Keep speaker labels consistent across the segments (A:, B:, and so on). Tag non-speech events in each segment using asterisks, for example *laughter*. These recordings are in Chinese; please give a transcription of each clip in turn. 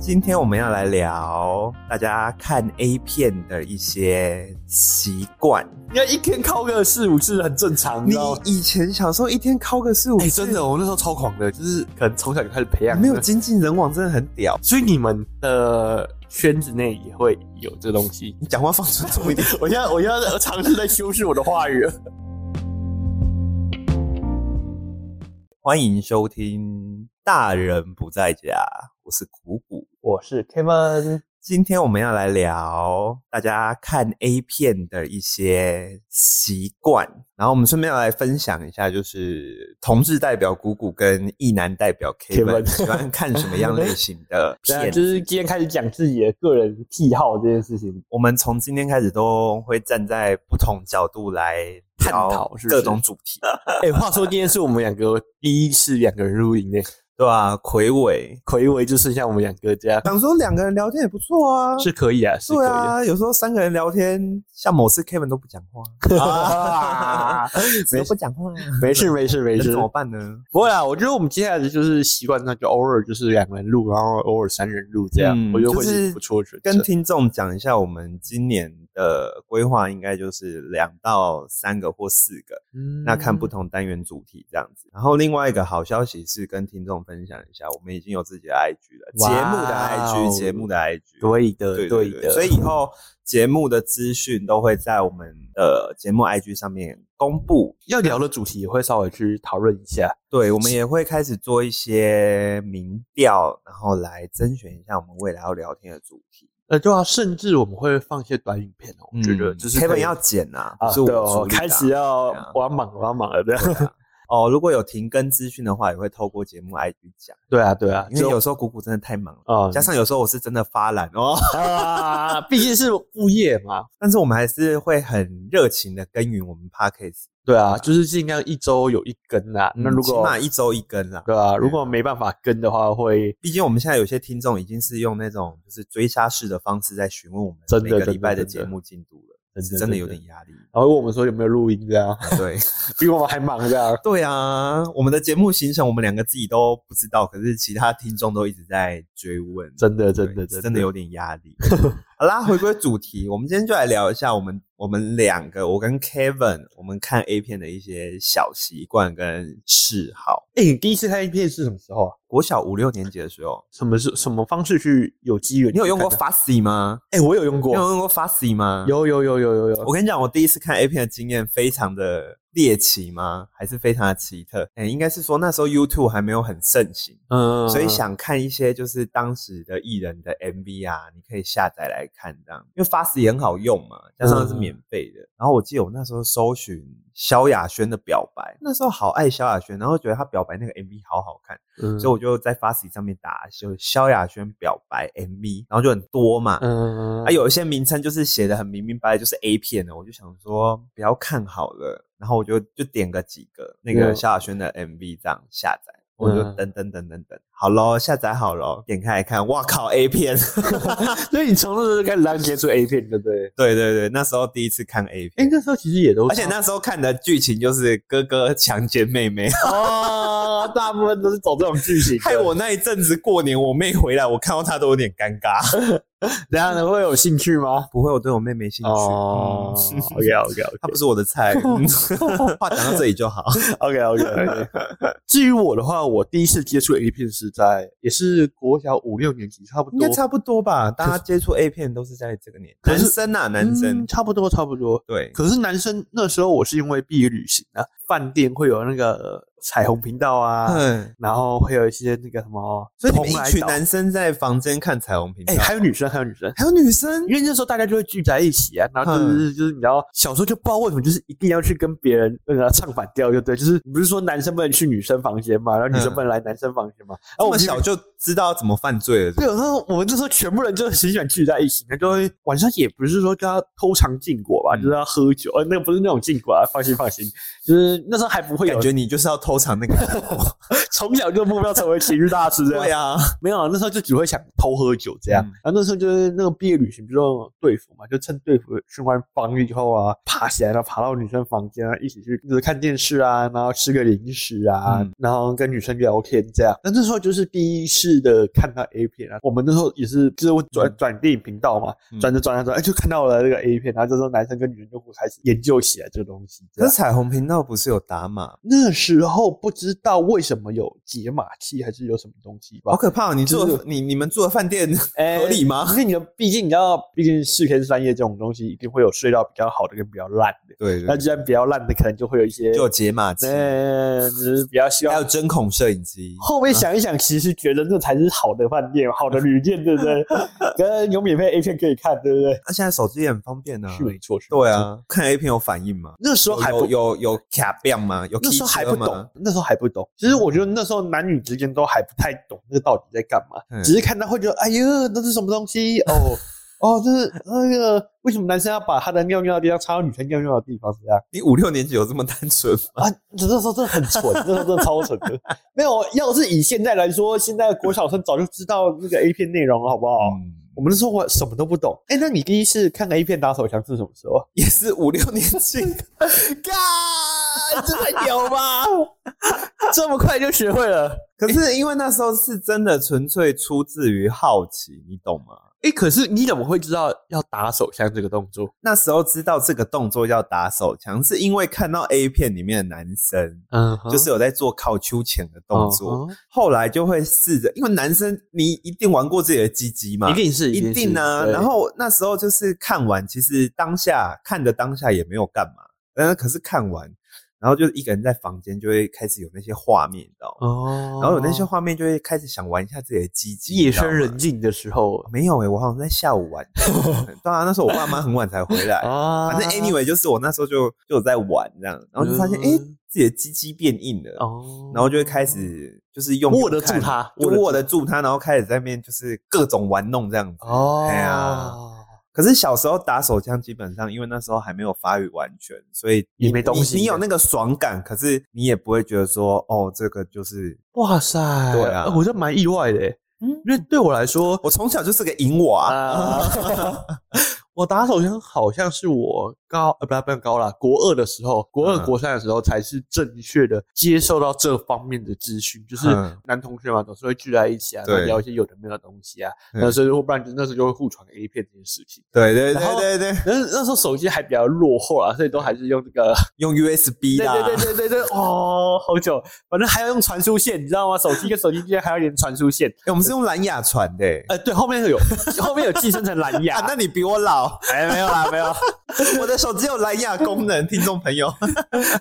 A: 今天我们要来聊大家看 A 片的一些习惯。
B: 你要一天靠个四五次很正常，
A: 你
B: 知道吗？
A: 以前小时候一天敲个四五
B: 哎、
A: 次，
B: 真的，我那时候超狂的，就是可能从小就开始培养。
A: 没有，精尽人亡，真的很屌。
B: 所以你们的圈子内也会有这东西。
A: 你讲话放尊重一点。
B: *laughs* 我现在我现在尝试在修饰我的话语。
A: 欢迎收听《大人不在家》，我是谷谷。
B: 我是 Kevin，
A: 今天我们要来聊大家看 A 片的一些习惯，然后我们顺便要来分享一下，就是同志代表谷谷跟异男代表 Kevin
B: Kevin
A: 喜欢看什么样类型的
B: *laughs* 对啊，
A: 片。
B: 就是今天开始讲自己的个人癖好这件事情。
A: 我们从今天开始都会站在不同角度来
B: 探
A: 聊
B: 讨是不
A: 各
B: 是
A: 种主题，
B: 哎、话说今天是我们两个第一次两个人录音呢，
A: 对吧、魁伟
B: 魁违就剩下我们两个这样，
A: 想说两个人聊天也不错啊，
B: *laughs* 是可以啊，是可
A: 对
B: 以 *laughs* 啊。
A: 啊，有时候三个人聊天，像某次 Kevin 都不讲
B: *laughs*
A: 话， *laughs* 啊、都不讲话，啊
B: 没事没事没
A: 那
B: 事
A: 怎，么办呢？
B: 不会啊，我觉得我们接下来就是习惯上，就偶尔就是两人录，然后偶尔三人录这样，
A: 嗯
B: 我觉得会
A: 就是
B: 是不错的选择。
A: 跟听众讲一下，我们今年的规划应该就是两到三个或四个，
B: 嗯
A: 那看不同单元主题这样子。然后另外一个好消息是跟听众分享一下，我们已经有自己的 IG 了，节目的
B: 哇哦
A: IG，节目的 IG，
B: 对的
A: 对
B: 的，
A: 所以以后节目的资讯都会在我们的节目 IG 上面公布。
B: 要聊的主题也会稍微去讨论一下。
A: 对，我们也会开始做一些民调，然后来甄选一下我们未来要聊天的主题。
B: 呃，对啊，甚至我们会放一些短影片哦，
A: 嗯
B: 我觉得就是
A: Kevin
B: 可以
A: 要剪啊，不
B: 啊，
A: 是我
B: 对哦
A: 处理的啊
B: 开始要
A: 对啊
B: 我要忙我要忙了，对啊，
A: 哦。如果有停更资讯的话，也会透过节目 IG 讲，
B: 对啊，对啊，
A: 因
B: 就
A: 为有时候谷谷真的太忙了，
B: 啊
A: *laughs* 加上有时候我是真的发懒哦， *laughs*
B: 啊， *laughs* 毕竟是副业嘛，
A: 但是我们还是会很热情的耕耘我们 Podcast，嗯
B: 对啊，就是尽量一周有一根啦。那如
A: 起
B: 果
A: 码一周一更啦。
B: 对啊，如果没办法跟的话，会
A: 毕竟我们现在有些听众已经是用那种就是追杀式的方式在询问我们
B: 真
A: 每
B: 的
A: 个
B: 真的
A: 礼拜的
B: 真的
A: 节目进度了，
B: 真
A: 是
B: 的
A: 真的有
B: 真的
A: 点压力。 *laughs*
B: 然后问我们说有没有录音这样， *laughs*
A: 对
B: 比我们还忙这样。
A: 对啊，我们的节目行程我们两个自己都不知道，可是其他听众都一直在追问，
B: 真的，真
A: 对
B: 的，
A: 真的有点压
B: *laughs*
A: 力。好啦，回归主题，我们今天就来聊一下我们我们两个，我跟 Kevin，我们看 A 片的一些小习惯跟嗜好。
B: 哎、你第一次看 A 片是什么时候啊？
A: 国小五六年级的时候，
B: 什么是什么方式去有机缘？
A: 你有用过
B: 去看的？
A: Fussy
B: *laughs*
A: 吗？
B: 哎、我有用
A: 你
B: 过哦
A: 有，用过 Fussy 吗？。
B: 有有有有有有。
A: 我跟你讲，我第一次看 A 片的经验非常的猎奇吗？还是非常的奇特？哎、应该是说那时候 YouTube 还没有很盛行，
B: 嗯
A: 所以想看一些就是当时的艺人的 MV 啊，你可以下载来看这样，因为 Fast 也很好用嘛，加上
B: 嗯
A: 是免费的。然后我记得我那时候搜寻萧亚轩的表白，那时候好爱萧亚轩，然后觉得她表白那个 MV 好好看，
B: 嗯
A: 所以我就在 Fast 上面打就萧亚轩表白 MV，然后就很多嘛。
B: 嗯，
A: 啊，有一些名称就是写的很明明白白，就是 A 片的，我就想说不要看好了，然后我就就点个几个那个
B: 嗯
A: 萧亚轩的 MV 这样下载，我就
B: 嗯
A: 等等等等等，好咯，下载好咯，点开来看，哇靠 A 片， *laughs*
B: 所以你从那时候就开始让你接触 A 片，对不对？
A: 对对对，那时候第一次看 A
B: 哎、
A: 片。
B: 那时候其实也都，
A: 而且那时候看的剧情就是哥哥强奸妹妹，
B: 哦，大部分都是走这种剧 *laughs* 情的。
A: 害我那一阵子过年我妹回来，我看到她都有点尴尬。 *laughs*
B: 等一下你会有兴趣吗？
A: 不会，我对我妹没兴趣，
B: 哦
A: 嗯
B: ，OK OK
A: 她
B: OK
A: 不是我的 *laughs* 菜。嗯话讲到这里就好。
B: OK OK。至 *laughs* 于我的话，我第一次接触 A 片是在也是国小五六年级，差不
A: 应该
B: 多
A: 差不多吧？大家接触 A 片都是在这个年，
B: 可
A: 男
B: 是
A: 生啊，男生
B: 嗯，差不多差不多。
A: 对，
B: 可是男生那时候我是因为毕业旅行啊，饭店会有那个呃彩虹频道啊，
A: 嗯，
B: 然后会有一些那个什么，
A: 所以你们
B: 蓬莱
A: 一群
B: 岛
A: 男生在房间看彩虹频道
B: 哎、，还有哦女生，还有女生。
A: 还有女生
B: 因为那时候大家就会聚在一起啊，然后
A: 嗯
B: 就是、就是你知道，小时候就不知道为什么就是一定要去跟别人那个唱反调，就对，就是你不是说男生不能去女生房间嘛，然后
A: 嗯
B: 女生不能来男生房间嘛，然
A: 那
B: 后我
A: 么
B: 们
A: 小就知道怎么犯罪了，是不
B: 对，
A: 是
B: 然后我们那时候全部人就很喜欢聚在一起，那就会晚上也不是说跟他偷尝禁果吧，
A: 嗯
B: 就是要喝酒，呃，那个不是那种禁果啊，放心放心，就是那时候还不会有
A: 感觉你就是要偷偷藏那个
B: *laughs*
A: 头。
B: 从小就目标成为情欲大师这样。
A: 对啊，
B: 没有啊，那时候就只会想偷喝酒这样
A: 嗯。
B: 然后那时候就是那个毕业旅行，不是都有队服嘛，就趁队服训完房以后啊，爬起来了，爬到女生房间啊，一起去就是看电视啊，然后吃个零食啊，
A: 嗯
B: 然后跟女生聊天这样。那那时候就是第一次的看到 A 片啊，我们那时候也是就是我转
A: 嗯
B: 转电影频道嘛，
A: 嗯
B: 转着转着转，哎，就看到了这个 A 片，然后这时候男生跟女生就会开始研究起来这个东西。这
A: 可
B: 样
A: 是彩虹频道不是有打码，
B: 那时候不知道为什么有解码器，还是有什么东西吧
A: 好？可怕、哦！你住
B: 就
A: 的
B: 是
A: 你你们住的饭店
B: 哎
A: 合理吗
B: *laughs* 可是你的，毕竟你知道，毕竟四天三夜这种东西，一定会有睡到比较好的跟比较烂的。
A: 对
B: 那
A: 对，
B: 既然比较烂的，可能就会有一些，
A: 就有解码器，
B: 呃，只是比较希
A: 还
B: 望
A: 有。针孔摄影机。
B: 后面想一想，其实觉得那才是好的饭店、好的旅店，对不 *laughs* 对？跟有免费 A 片可以看，对不对？
A: 那、现在手机也很方便呢、啊
B: 是。没错，是没错
A: 对。啊，看 A 片有反应吗？
B: 那时候还不
A: 有有有卡变吗？有
B: 那时候
A: key
B: 还不
A: 车吗
B: 懂，，那时候还不懂。其实我觉得那时候男女之间都还不太懂那个到底在干嘛，
A: 嗯
B: 只是看到会觉得，哎呦，那是什么东西？哦哦，这是那个为什么男生要把他的尿尿的地方插到女生尿尿的地方这样
A: 你五六年级有这么单纯吗？
B: 啊？那时候真的很蠢，那时候真的超蠢的。没有，要是以现在来说，现在国小生早就知道那个 A 片内容了，好不好？
A: 嗯，
B: 我们那时候我什么都不懂。哎、那你第一次看 A 片打手枪是什么时 *laughs* 候？
A: *laughs* 也是五六年级，干，这太屌吧！
B: *laughs* 这么快就学会了？
A: *laughs* 可是因为那时候是真的纯粹出自于好奇，你懂吗？
B: 哎、可是你怎么会知道要打手枪这个动作？
A: 那时候知道这个动作要打手枪，是因为看到 A 片里面的男生，
B: 嗯，
A: 就是有在做靠秋千的动作，
B: 嗯哼
A: 后来就会试着，因为男生你一定玩过自己的鸡鸡嘛，
B: 一定是
A: 一定啊。然后那时候就是看完，其实当下看的当下也没有干嘛，但是可是看完，然后就一个人在房间就会开始有那些画面，你知道吗？
B: 哦
A: 然后有那些画面就会开始想玩一下自己的鸡鸡。
B: 夜
A: 你知道
B: 深
A: 吗
B: 人静的时候
A: 没有诶、欸我好像在下午
B: *laughs*
A: 玩。当然那时候我爸妈很晚才回来，
B: 啊
A: 哎反正 anyway 就是我那时候就就有在玩这样，然后就发现诶、
B: 嗯
A: 自己的鸡鸡变硬了。
B: 哦
A: 然后就会开始就是用
B: 握得住
A: 看
B: 它
A: 就
B: 握得住
A: 握得住它，然后开始在那边就是各种玩弄这样子。
B: 哦，
A: 哎呀可是小时候打手枪，基本上因为那时候还没有发育完全，所以你
B: 也没东西
A: 你。你有那个爽感，可是你也不会觉得说，哦，这个就是
B: 哇塞，
A: 对啊
B: 呃我这蛮意外的欸，
A: 嗯
B: 因为对我来说
A: 我从小就是个淫娃。
B: 啊， *laughs* 我打手枪好像是我高呃不是不是高啦，国二的时候，国二
A: 嗯
B: 国三的时候才是正确的接受到这方面的资讯，就是
A: 嗯
B: 男同学嘛，总是会聚在一起啊，然后
A: 对
B: 聊一些有的没有的东西啊，
A: 嗯
B: 那所以就不然就那时候就会互传 A 片这件事情。
A: 对对
B: 然
A: 对
B: 后
A: 对对，
B: 但是那时候手机还比较落后啊，所以都还是用
A: *laughs*
B: 这个。
A: 用 USB
B: 对
A: 啦。哎
B: 对对对对对，哦，好久，反正还要用传输线，你知道吗？手机跟手机之间还要连传输线。
A: 诶我们是用蓝牙传的、
B: *laughs*
A: 欸。
B: 呃，对，后面有后面有寄生成蓝牙
A: *laughs* 啊，，那你比我老，
B: 哎，没有啦，没有。
A: *laughs* 我的手机有蓝牙功能，听众朋友。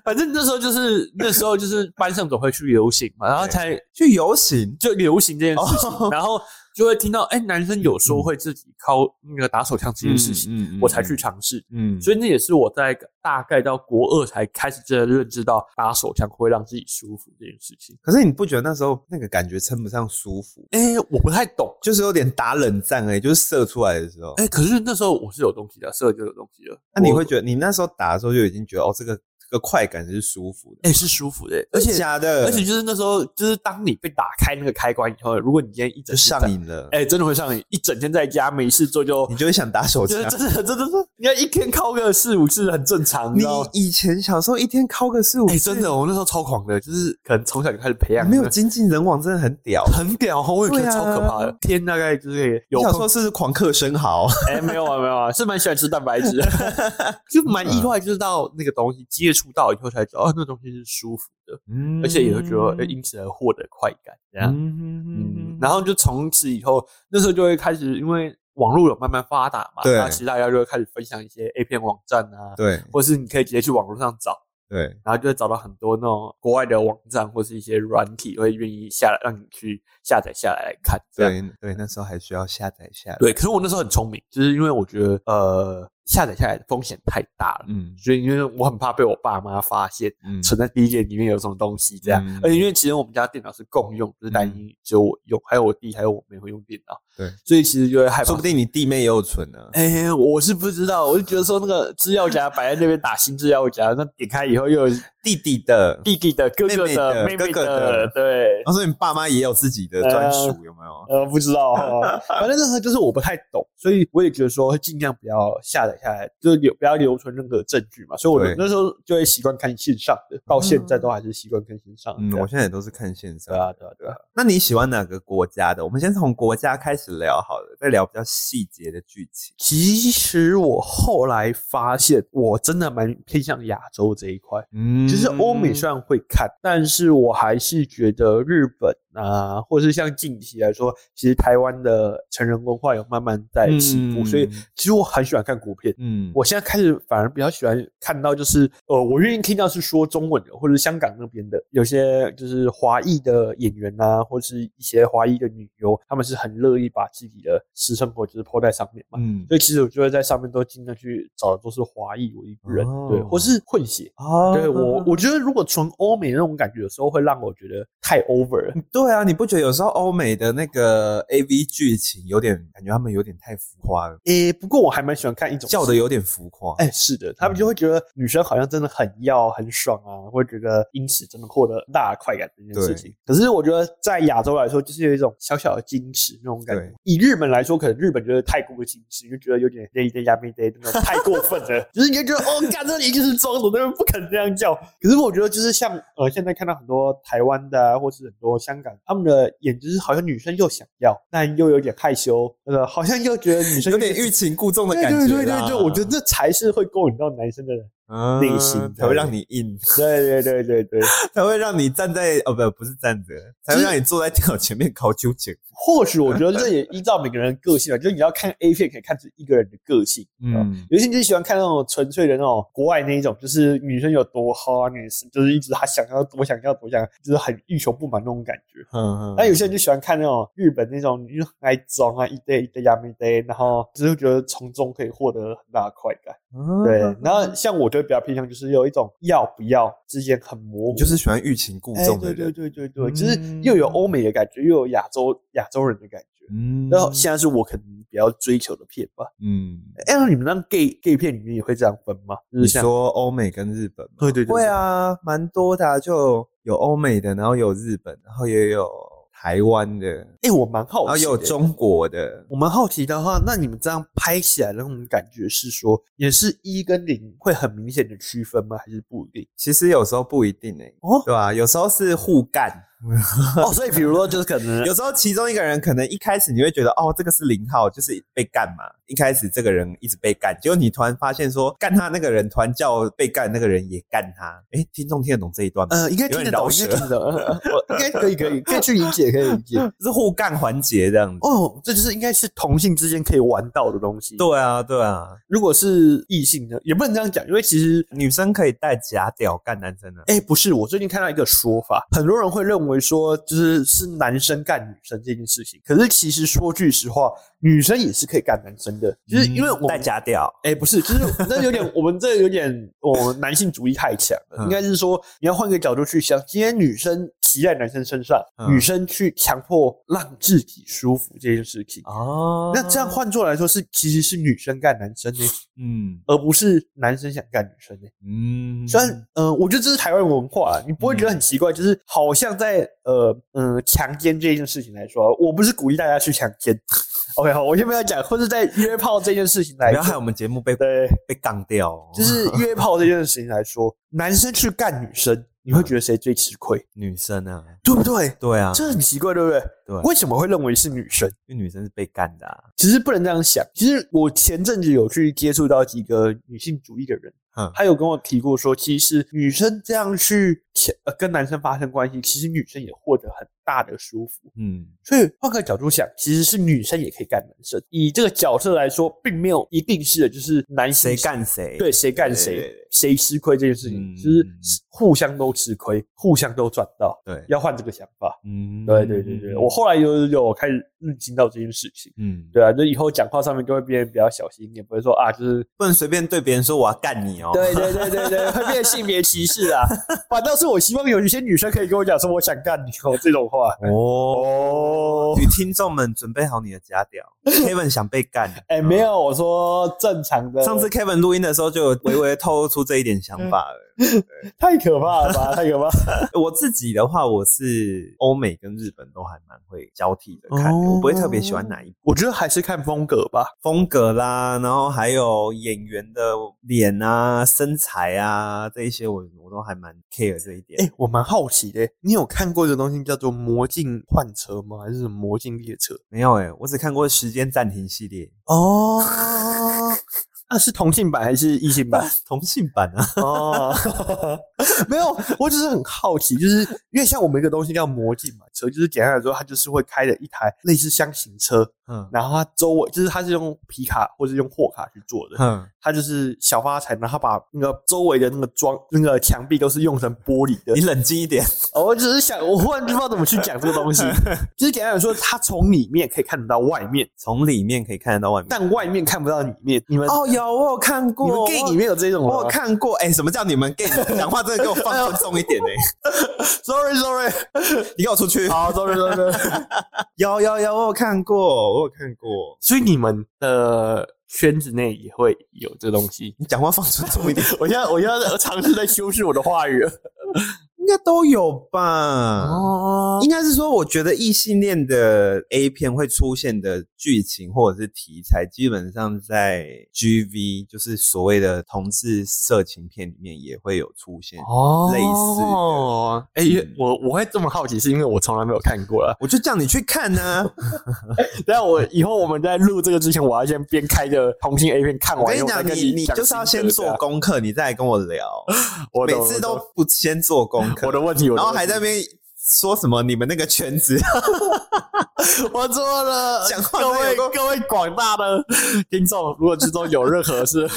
B: 反正那时候就是那时候就是班上总会去游行嘛，然后才
A: 去游行，
B: 就流行这件事情，
A: 哦
B: 然后就会听到哎、男生有
A: 嗯
B: 说会自己靠那个打手枪这件事情，
A: 情
B: 我才去。尝试。
A: 嗯
B: 所以那也是我在大概到国二才开始真的认知到打手枪会让自己舒服这件事情。
A: 可是你不觉得那时候那个感觉称不上舒服，
B: 哎、我不太懂。
A: 就是有点打冷战哎、就是射出来的时候。
B: 哎、可是那时候我是有东西的，射就有东西了。
A: 那你
B: 我
A: 会觉得你那时候打的时候就已经觉得哦，这个这个快感是舒服的，
B: 哎、是舒服的、而
A: 真的
B: 且
A: 假的，
B: 而且就是那时候就是当你被打开那个开关以后，如果你今天一整
A: 就
B: 天在
A: 上，瘾了，
B: 哎、真的会上瘾，一整天在家没事做就
A: 你就会想打手
B: 就是
A: 枪。
B: 真的真的是，你要一天敲个四五次很正常，你
A: 你
B: 知道吗？
A: 以前小时候一天敲个四五
B: 哎、
A: 次，
B: 真的，我那时候超狂的，就是可能从小就开始培养，
A: 没有精进人网真的很屌。
B: 很屌，哦我也觉得超可怕的，
A: 对啊
B: 天大概就是有
A: 你小时
B: 空
A: 候
B: *laughs*
A: 是不是狂嗑生蚝，
B: 哎、没有啊，没有啊，是蛮喜欢吃蛋白质的， *laughs* 就蛮意外，就是到那个东西接触到以后才知道，哦，那东西是舒服的，
A: 嗯
B: *laughs* 而且也会觉得、呃因此而获得快感，这样，嗯
A: 嗯，
B: 然
A: 后
B: 后就从此以后，那时候就会开始，因为网络有慢慢发达嘛，
A: 对
B: 那其实大家就会开始分享一些 A 片网站啊，
A: 对
B: 或是你可以直接去网络上找，
A: 对，
B: 然后就会找到很多那种国外的网站或是一些软体会愿意下来让你去下载下来来看，这样。
A: 对对，那时候还需要下载下来。
B: 啊对，可是我那时候很聪明，就是因为我觉得呃下载下来的风险太大了，
A: 嗯
B: 所以因为我很怕被我爸妈发现
A: 嗯
B: 存在第一页里面有什么东西这样，
A: 嗯
B: 而且因为其实我们家电脑是共用，不是单一只有我用，还有我弟还有我妹会用电脑，
A: 对，
B: 所以其实就会害怕
A: 说不。定你弟妹也有存呢。
B: 哎、我是不知道，我就觉得说那个资料夹摆在那边打新资料夹，那点开以后又有
A: 弟弟的，
B: 弟弟的、哥
A: 妹
B: 哥的、妹
A: 妹的
B: 妹
A: 哥哥的
B: 对。
A: 然后所以你爸妈也有自己的专属，有没有？
B: 呃，不知道，哦反正那个就是我不太懂，所以我也觉得说尽量不要下载下来，就是留不要留存任何证据嘛。所以我
A: 对嗯
B: 那时候就会习惯看线上的，到现在都还是习惯看线上的。
A: 嗯，我现在也都是看线上
B: 对。啊，对啊，对啊。
A: 那你喜欢哪个国家的？我们先从国家开始聊好了，再聊比较细节的剧情。
B: 其实我后来发现，我真的蛮偏向亚洲这一块。
A: 嗯
B: 其实欧美虽然会看，但是我还是觉得日本啊，或是像近期来说，其实台湾的成人文化有慢慢在起步，
A: 嗯
B: 所以其实我很喜欢看国片。
A: 嗯，
B: 我现在开始反而比较喜欢看到，就是呃，我愿意听到是说中文的，或者是香港那边的有些就是华裔的演员啊，或是一些华裔的女优，他们是很乐意把自己的私生活就是抛在上面嘛。
A: 嗯
B: 所以其实我就会在上面都尽量去找的都是华裔为一人，
A: 哦
B: 对，或是混血。
A: 哦
B: 对我，我觉得如果纯欧美那种感觉，有时候会让我觉得太 over 了。
A: 对啊，你不觉得有时候欧美的那个 A V 剧情有点感觉他们有点太浮夸了，
B: 诶、不过我还蛮喜欢看一种
A: 叫的有点浮夸。
B: 哎，是的，他
A: 嗯
B: 们就会觉得女生好像真的很要很爽啊，会觉得因此真的获得大的快感这件事情。可是我觉得在亚洲来说，就是有一种小小的矜持那种感觉
A: 对。
B: 以日本来说，可能日本觉得太过矜持，就觉得有点 day day 加 day day 那种太过分了， *laughs* 就是你就觉得哦，干这里就是装懂，那边不肯这样叫。可是我觉得就是像呃，现在看到很多台湾的、啊，或是很多香港，他们的眼就是好像女生又想要，但又有点害羞，呃，好像又觉得女生
A: 有点欲擒故纵的
B: 对
A: 感觉
B: 对
A: 啦。
B: 对对对，我觉得这才是会勾引到男生
A: *laughs*
B: 的人。
A: 嗯
B: 内心
A: 才会让你硬，
B: 对对对对对，
A: 才会让你站在哦不不是站着，才会让你坐在电脑前面搞纠结。
B: 或许我觉得这也依照每个人的个性啊，就是你要看 A 片，可以看出一个人的个性。嗯，
A: 嗯，
B: 有些人就喜欢看那种纯粹的那种国外那一种，就是女生有多好啊，女生就是一直她想要多想要多想要，就是很欲求不满那种感觉。
A: 嗯
B: 那有些人就喜欢看那种日本那种，就很爱装啊，一堆一堆呀没堆，然后就是觉得从中可以获得很大的快感。
A: 嗯
B: 对，然后像我就比较偏向就是有一种要不要之间很模糊，
A: 你就是喜欢欲擒故
B: 哎，
A: 纵的
B: 对对
A: 人。
B: 对对对，就是又有欧美的感觉，又有亚洲亚洲人的感觉。
A: 嗯
B: 然后现在是我可能比较追求的片吧。
A: 嗯，
B: 哎，那你们那 gay gay 片里面也会这样分吗？就
A: 你
B: 是像
A: 说欧美跟日本吗？
B: 对对对，
A: 会，啊，蛮多的啊、就有欧美的，然后有日本，然后也有台湾的，然
B: 哎，我蛮好奇，
A: 后也啊有。中国的。
B: 我蛮好奇的话，那你们这样拍起来的那种感觉是说，也是一跟零会很明显的区分吗？还是不
A: *laughs*
B: 一定？
A: 其实有时候不一定诶、
B: 哦
A: 对吧、啊有时候是互
B: *laughs*
A: 干，
B: 哦，所以比如说就是可能
A: 有时候其中一个人可能一开始你会觉得哦，这个是零号，就是被干嘛。一开始这个人一直被干，结果你突然发现说干他那个人，突然叫被干那个人也干他。诶，听众听得懂这一段吗？
B: 呃，应该听得懂，
A: 有
B: 应
A: 点
B: 该
A: 饶舌
B: 听得懂， *laughs* 呃我应该可以可以可以去理解，可
A: *laughs*
B: 以理解。
A: 就是互干环节这样子。
B: 哦，这就是应该是同性之间可以玩到的东西。
A: 对啊，对啊，
B: 如果是异性呢，也不能这样讲，因为其实，
A: 女生可以带假屌干男生的、
B: 哎、不是，我最近看到一个说法，很多人会认为说，就是是男生干女生这件事情，可是其实说句实话，女生也是可以干男生的，就是因为我
A: 带
B: 们。
A: 假屌，
B: 哎、不是，就是那有点，我们这有点，我们男性主义太强了。
A: 嗯
B: 应该是说，你要换个角度去想，今天女生骑在男生身上，
A: 嗯
B: 女生去强迫让自己舒服这件事情，
A: 哦
B: 那这样，换作来说是，其实是女生干男生呢、
A: 嗯
B: 而不是男生想干女生呢、
A: 嗯，嗯
B: 虽然，呃，我觉得这是台湾文化啊，你不会觉得很奇怪，就是好像在呃，嗯，强奸这件事情来说，我不是鼓励大家去强奸。OK，好，我先不要讲，或者在约炮这件事情来
A: 不要害
B: 说，
A: 我们节目被
B: 对，
A: 被杠掉哦， *laughs*
B: 就是约炮这件事情来说，男生去干女生，你会觉得谁最吃亏，
A: 女生啊，
B: 对不对？
A: 对啊，
B: 这很奇怪，对不对？
A: 对
B: 为什么会认为是女生？
A: 因为女生是被干的、啊，
B: 其实不能这样想。其实我前阵子有去接触到几个女性主义的人，
A: 嗯
B: 她有跟我提过说，其实女生这样去呃跟男生发生关系，其实女生也获得很大的舒服。
A: 嗯
B: 所以换个角度想，其实是女生也可以干男生。以这个角色来说，并没有一定是的，就是男
A: 谁
B: 性
A: 干谁，
B: 对谁干
A: 对对
B: 谁
A: 对
B: 谁吃亏这件事情，
A: 嗯
B: 就是互相都吃亏，互相都赚到。
A: 对，
B: 要换这个想法。
A: 嗯
B: 对对对对，我后来有有开始认清到这件事情。
A: 嗯，
B: 对啊，就以后讲话上面就会变得比较小心一点，不会说啊，就是
A: 不能随便对别人说我要干你哦，
B: 对对对对对，会变得性别歧视 *laughs* 啊。反倒是我希望有一些女生可以跟我讲说我想干你哦这种话。
A: 哦。
B: 哦，
A: 女听众们，准备好你的假
B: *laughs*
A: 屌，Kevin 想被干。
B: 哎，没有，我说正常的。
A: 上次 Kevin 录音的时候，就有微微透露出这一点想法了。
B: 太可怕了吧，太可怕！
A: 我自己的话，我是欧美跟日本都还蛮会交替的看的，
B: 哦
A: 我不会特别喜欢哪一部
B: *laughs* 我觉得还是看风格吧。
A: 风格啦，然后还有演员的脸啊、身材啊这一些我，我都还蛮 care 这一点。
B: 哎、我蛮好奇的，你有看过一个东西叫做《魔镜幻车》吗？还是什么《魔镜列车》？
A: 没有哎、我只看过《时间暂停》系列，
B: 哦， *laughs* 那是同性版还是异性版？
A: 同性版啊。
B: 哦， *laughs* 没有，我只是很好奇，就是因为像我们一个东西叫魔镜嘛，车就是简单来说，它就是会开的一台类似箱型车，
A: 嗯
B: 然后它周围就是它是用皮卡或是用货卡去做的，
A: *laughs* 嗯，
B: 它就是小发财，然后它把那个周围的那个装那个墙壁都是用成玻璃的
A: 你，冷静一点。
B: *laughs* 哦我只是想，我忽然就不知道怎么去讲这个
A: *laughs*
B: 东西，就是简单来说，它从里面可以看得到外面，
A: 从里面可以看得到外面。
B: 但外面看不到里面。你们、
A: 哦，有我有看过，
B: 你们 gay 里面有这种
A: 我
B: 吗
A: 我有看过。哎、什么叫你们 gay？你讲话真的给我放尊重一点 *laughs* 哎、
B: ，sorry sorry，
A: 你给我出去。
B: 好
A: *laughs*
B: sorry *laughs* sorry，
A: 有有有，我有看过，我有看过。
B: 所以你们的圈子内也会有这东西。
A: 你讲话放尊重一点，
B: 我现在我现在尝试在修饰我的话语
A: *laughs* 应该都有吧？
B: 哦，
A: 应该是说，我觉得异性恋的 A 片会出现的剧情或者是题材，基本上在 GV，就是所谓的同志色情片里面也会有出现。
B: 哦
A: 类似
B: 哦，哎、
A: 嗯
B: 我我会这么好奇，是因为我从来没有看过了。啊
A: 我就叫你去看啊呢、
B: *laughs* 但我以后我们在录这个之前，我要先边开着同性 A 片看
A: 我跟
B: 完，
A: 你
B: 然后
A: 讲，
B: 再
A: 你
B: 你
A: 你就是要先做
B: 工。
A: 功课，你再来跟我聊。
B: 啊 *laughs* 我
A: 每
B: 懂
A: 次
B: 我
A: 都
B: 懂
A: 不先做功
B: 我的
A: 课，
B: 问题，我的
A: 然后
B: 问
A: 还在那
B: 题
A: 边说什么你们那个圈
B: *laughs*
A: 子
B: 我错了。
A: 讲话
B: 各
A: 真的有
B: 位
A: 够
B: 各位广大的听众，如果之中有任何是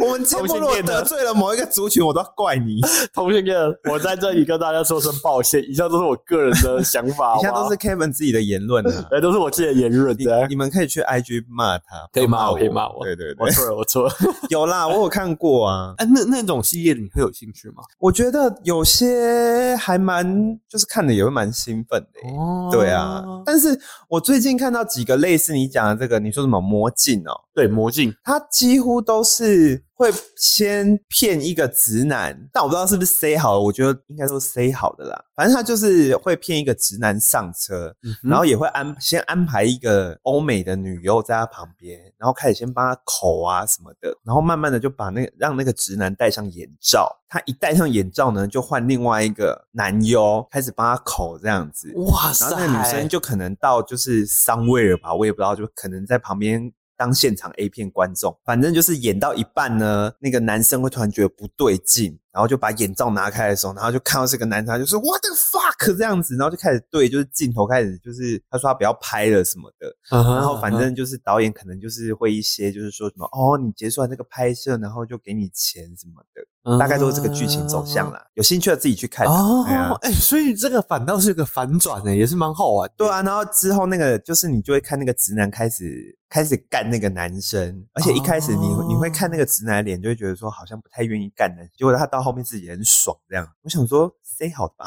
A: 我们节目如
B: 同性
A: 果
B: 恋的
A: 得罪了某一个族群，我都要怪你。以
B: 同性恋，我在这里跟大家说声抱歉，以上都是我个人的想
A: *laughs*
B: 法，
A: 下
B: 好啊
A: 都
B: 不
A: 是
B: 好
A: Kevin 自己的言论啊。
B: 哎，都是我自己的言论
A: 你
B: 的。
A: 你们可以去 IG 骂他，
B: 可以
A: 不要骂
B: 骂我，可以骂我。
A: 对对
B: 我
A: 对，
B: 错了，我错
A: *laughs*
B: 了。
A: 有啦，我有看过啊。
B: 哎，那那种系列你会有兴趣吗？
A: 我觉得有些还蛮，就是看的也会蛮兴奋的、欸。
B: 哦
A: 对啊，但是我最近看到几个类似你讲的这个，你说什么魔镜哦、
B: 对魔镜，
A: 他几乎都是会先骗一个直男，但我不知道是不是 say 好的，我觉得应该都是 say 好的啦。反正他就是会骗一个直男上车，然后也会安先安排一个欧美的女优在他旁边，然后开始先帮他口啊什么的，然后慢慢的就把那个让那个直男戴上眼罩，他一戴上眼罩呢，就换另外一个男优开始帮他口这样子。
B: 哇
A: 然
B: 塞，
A: 后那个女生就可能到就是桑威尔吧，我也不知道，就可能在旁边当现场 A 片观众。反正就是演到一半呢，那个男生会突然觉得不对劲，然后就把眼罩拿开的时候，然后就看到这个男生，他就说 What the fuck 这样子，然后就开始对，就是镜头开始就是他说他不要拍了什么的，
B: 嗯哼，
A: 然后反正就是导演可能就是会一些就是说什么哦，你结束了那个拍摄，然后就给你钱什么的，
B: 嗯
A: 大概都是这个剧情走向。啦。有兴趣的自己去看。
B: 哦
A: 哎呀，
B: 哎，所以这个反倒是个反转欸呢，也是蛮好玩的。
A: 对啊，然后之后那个就是你就会看那个直男开始开始干那个男生，而且一开始你、
B: 哦
A: 你会看那个直男的脸，就会觉得说好像不太愿意干男生，结果他到后面自己很爽这样。我想说 say 好吧，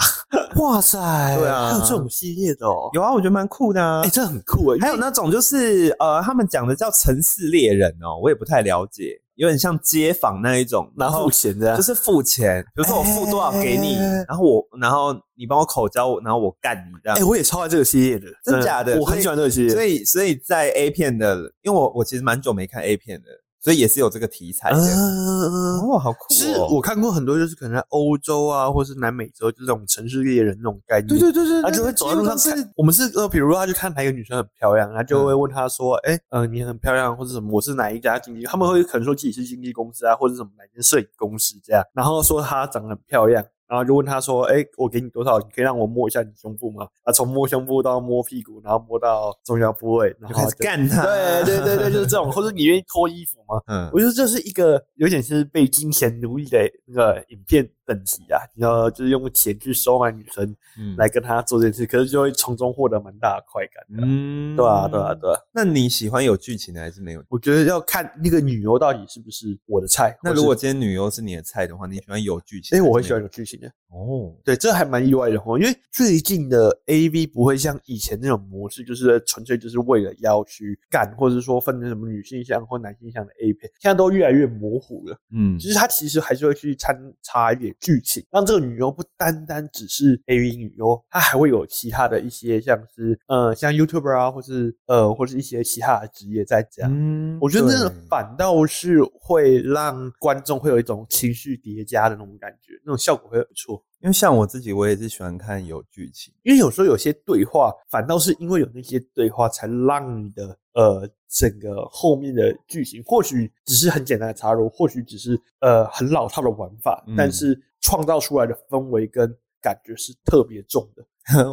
B: 哇塞，
A: 对啊
B: 还有这种系列的哦，
A: 有啊，我觉得蛮酷的啊。
B: 哎、这很酷哎，
A: 还有
B: 因为
A: 那种就是呃，他们讲的叫城市猎人哦，我也不太了解，有点像街访那一种，然
B: 蛮
A: 后
B: 付钱的啊，
A: 哦就是付钱，比如说我付多少给你，
B: 哎
A: 然后我然后你帮我口交，我然后我干你这样
B: 哎、。我也超爱这个系列的，嗯
A: 真假的
B: 我
A: 所以
B: 很喜欢这个系列，
A: 所
B: 以
A: 以，所以在 A 片的，因为我我其实蛮久没看 A 片的，所以也是有这个题材的。
B: 嗯，
A: 哦，好酷、哦！
B: 其实我看过很多，就是可能在欧洲啊，或是南美洲，就这种城市猎人那种概念，
A: 对对对对，
B: 他就会走在路上看。我们是呃，比如说他就看哪一个女生很漂亮，他就会问她说：“哎、呃，你很漂亮，或者什么？我是哪一家经纪？”他们会可能说自己是经纪公司啊，或者什么哪间摄影公司这样，然后说她长得很漂亮。然后就问她说：“哎、我给你多少？你可以让我摸一下你胸部吗？”啊，从摸胸部到摸屁股，然后摸到重要部位，然
A: 就
B: 后
A: 开始
B: 就
A: 干他。
B: 对对 *laughs* 对对，就是这种，或者你愿意脱衣服吗？
A: 嗯
B: 我，觉得这是一个有点是被金钱奴役的那个影片等级啊，你要就是用钱去收买女生
A: 嗯
B: 来跟她做这件事，可是就会从中获得蛮大的快感的啊。
A: 嗯
B: 对啊，对啊，。对啊，
A: 那你喜欢有剧情的还是没有？
B: 我觉得要看那个女优到底是不是我的菜。
A: 那嗯
B: 或是
A: 如果今天女优是你的菜的话，你喜欢有剧情？
B: 哎，我很喜欢。有剧情的，
A: 哦，
B: 对，这还蛮意外的哦，因为最近的 A V 不会像以前那种模式，就是纯粹就是为了要去干，或者是说分成什么女性向或男性向的 A 片，现在都越来越模糊了。
A: 嗯
B: 其实它其实还是会去掺插一点剧情，让这个女优不单单只是 A V 女优，她还会有其他的一些像是呃像 YouTuber 啊，或是呃或是一些其他的职业在这样。
A: 嗯
B: 我觉得这
A: 对
B: 反倒是会让观众会有一种情绪叠加的那种感觉，那种效果会很不错。
A: 因为像我自己，我也是喜欢看有剧情。 *laughs*
B: 因为有时候有些对话，反倒是因为有那些对话，才让你的呃整个后面的剧情，或许只是很简单的插入，或许只是呃很老套的玩法，
A: 嗯
B: 但是创造出来的氛围跟感觉是特别重的。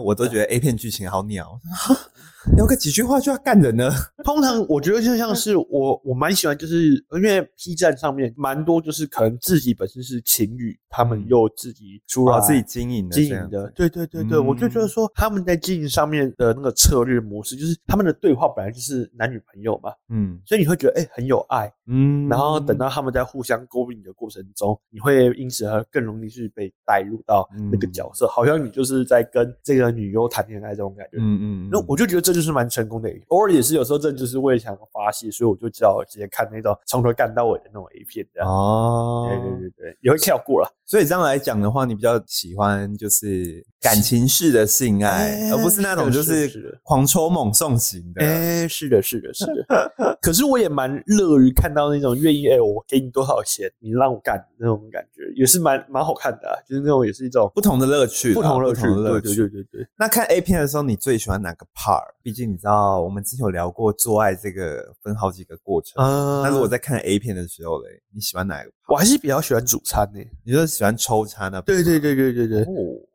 A: 我都觉
B: 嗯
A: 得 A 片剧情好鸟， *laughs* 聊个几句话就要干人了。
B: 通常我觉得就像是我，我蛮喜欢，就是呃因为 P 站上面蛮多就是可能自己本身是情侣，他们又自己出来、
A: 我嗯哦自己经营的，
B: 啊经营的，，对对对对，我就觉得
A: 嗯
B: 说他们在经营上面的那个策略模式，就是他们的对话本来就是男女朋友嘛，
A: 嗯
B: 所以你会觉得哎、很有爱，
A: 嗯
B: 然后等到他们在互相勾引的过程中，你会因此而更容易去被带入到那个
A: 嗯
B: 角色，好像你就是在跟这个女优谈恋爱这种感觉。
A: 嗯嗯，
B: 那我就觉得这就是蛮成功的，偶尔也是有时候这就是为了想发泄，所以我就只好直接看那种从头干到尾的那种 A 片这样。
A: 哦，
B: 对对对对，也会跳过了。
A: 所以这样来讲的话，你比较喜欢就是感情式的性爱，
B: 哎
A: 而不是那种就是是
B: 是是
A: 狂抽猛送型的。
B: 哎、是的，是的，是的。可是我也蛮乐于看到那种愿意哎、我给你多少钱，你让我干那种感觉，也是蛮蛮好看的啊、就是那种也是一种
A: 不同的乐趣啦，
B: 不同乐趣，
A: 不同的乐
B: 对
A: 趣。
B: 对对对对。
A: 那看 A 片的时候，你最喜欢哪个 part？毕竟你知道，我们之前有聊过做爱这个分好几个过程。
B: 啊
A: 但是我在看 A 片的时候嘞，你喜欢哪一个？
B: 我还是比较喜欢主餐呢、
A: 你就是喜欢抽插那？
B: 对对，对对对对。
A: 哦，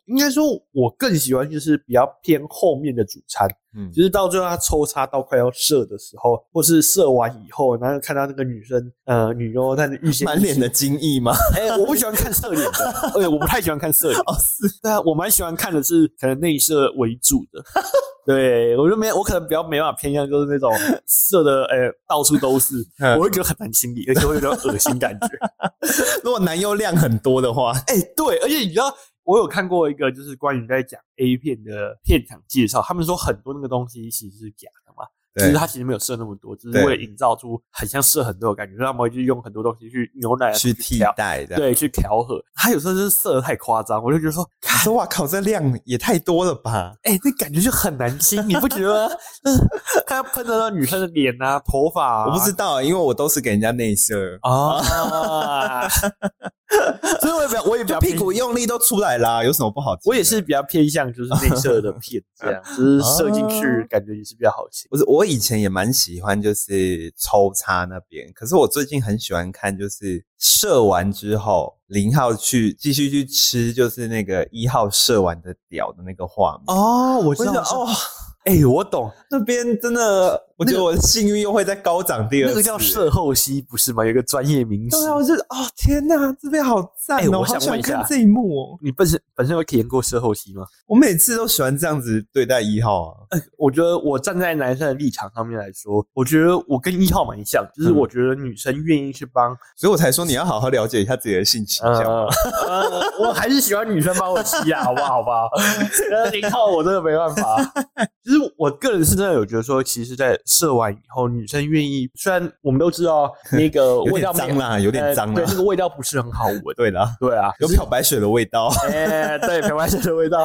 B: 应该说，我更喜欢就是比较偏后面的主餐，
A: 嗯，
B: 就是到最后他抽插到快要射的时候，或是射完以后，然后看到那个女生，呃，女优在那欲仙
A: 满脸的惊异吗？ *laughs*
B: 哎、我不喜欢看射脸的，对，我不太喜欢看射脸。哦，是，对啊，我蛮喜欢看的是可能内射为主的。对，我就没，我可能比较没办法偏向就是那种射的，哎、到处都是，
A: 嗯
B: 我会觉得很难清理，而且会有点恶心感觉。 *laughs*
A: 如果男优量很多的话，
B: 哎、对，而且你知道，我有看过一个就是关于在讲 A 片的片场介绍，他们说很多那个东西其实是假的嘛。就是它其实没有射那么多，只是
A: 对
B: 为了营造出很像射很多的感觉，所以他们会去用很多东西去牛奶啊
A: 去替
B: 调
A: 代的。，
B: 对，去调和。他有时候就是射的太夸张，我就觉得说，
A: 我说哇靠，这量也太多了吧？
B: 哎、这感觉就很难清，你不觉得吗？就是他喷得到女生的脸啊、头发、啊，
A: 我不知道，因为我都是给人家内射，
B: 啊。所以我也比较，我也比
A: 就
B: 较
A: 屁
B: 偏
A: 股，用力都出来啦，有什么不好？
B: 我也，是比较偏向就是内射的片这样，就是射进去感觉也是比较好清。
A: 我是我以前也蛮喜欢就是抽插那边，可是我最近很喜欢看就是射完之后，零号去继续去吃就是那个一号射完的屌的那个画面。
B: 哦，我
A: 我就觉得哦，，
B: 哎、我懂，
A: 那边真的，我觉得我的性欲又会再高涨第二次。
B: 那个叫射后吸不是吗？有一个专业名词
A: 对。啊，我就哦天哪，这边好赞
B: 哎
A: 哦，
B: 我
A: 好
B: 想
A: 喜
B: 问
A: 欢
B: 一下
A: 看这一幕哦。
B: 你本身本身有体验过射后吸吗？
A: 我每次都喜欢这样子对待一号啊，
B: 我觉得我站在男生的立场上面来说，我觉得我跟一号蛮像，就是
A: 嗯
B: 我觉得女生愿意去帮，
A: 所以我才说你要好好了解一下自己的性取向。
B: 呃，呃 *laughs* 我还是喜欢女生帮我吸啊，好不好？好不 *laughs* 好？呃，零号我真的没办 *laughs* 法。其实我个人是真的有觉得说，其实，在射完以后，女生愿意，虽然我们都知道那 *laughs* 个
A: 有
B: 味道
A: 点脏
B: 没
A: 啦，有点
B: 呃
A: 脏啦
B: 对，。那个味道不是很好闻。
A: *laughs* 对啦，
B: 对啊，
A: 有漂白水的味
B: *laughs*
A: 道。
B: 哎、对，漂白水的味道。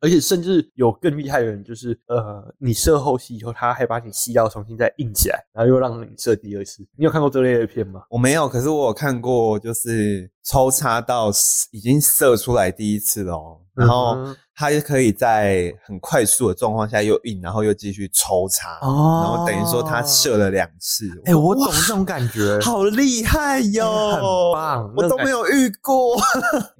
B: 而且甚至有更厉害的人，就是呃，你射后吸以后，他还把你吸到重新再硬起来，然后又让你射第二次。你有看过这类的片吗？
A: 我没有，可是我有看过，就是抽插到已经射出来第一次了哦，然后
B: 嗯
A: 它也可以在很快速的状况下又硬，然后又继续抽插，
B: 哦
A: 然后等于说他射了两次。
B: 哎、我懂这种感觉，
A: 好厉害哟、
B: 嗯很棒
A: 我都没有遇过。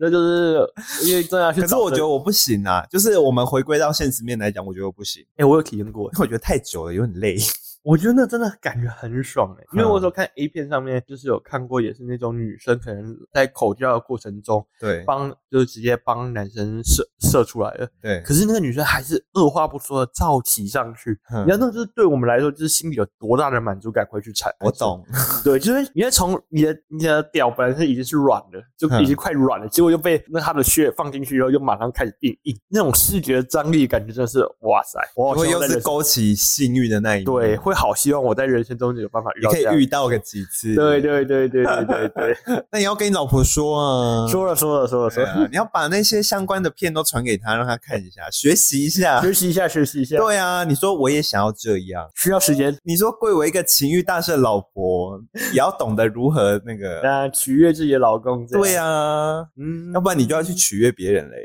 B: 那就是因为真的要去
A: 可
B: 找这。
A: 是我觉得我不行啊，就是我们回归到现实面来讲，我觉得我不行，
B: 哎、我有体验过，
A: 因为我觉得太久了，有点累。 *laughs*
B: 我觉得那真的感觉很爽哎、因为
A: 嗯
B: 我有时候看 A 片上面，就是有看过，也是那种女生可能在口交的过程中
A: 对
B: 帮，就是直接帮男生射射出来了，
A: 对，
B: 可是那个女生还是二话不说的照骑上去，
A: 哼
B: 你知道那就是对我们来说，就是心里有多大的满足感会去产。
A: 我，懂，
B: 对，就是你在从你的你的屌本来是已经是软的，就
A: 嗯
B: 已经快软了，结果又被那他的血放进去以后，又马上开始硬硬，那种视觉张力感觉真的是哇塞，我
A: 因
B: 好
A: 为
B: 希
A: 又
B: 望在
A: 是
B: 人生
A: 勾起性欲的那一面
B: 对，会好希望我在人生中有办法遇
A: 你
B: 到
A: 可
B: 这
A: 以
B: 样。
A: 遇到个几次，
B: 对对对对对对对，
A: 那你要跟你老婆说啊，
B: 说了说了说了
A: 对
B: 说了，
A: 啊，你要把那些相关的片都传给她，让她看一下，学习一下。
B: 学习一下学习一下，
A: 啊对啊，你说我也想要这样，
B: 需要时间。
A: 你说贵为一个情欲大师的老婆，也要懂得如何那 *laughs* 个。
B: 那取悦自己的老公，这样
A: 对，啊，
B: 嗯
A: 要不然你就要去取悦别人嘞。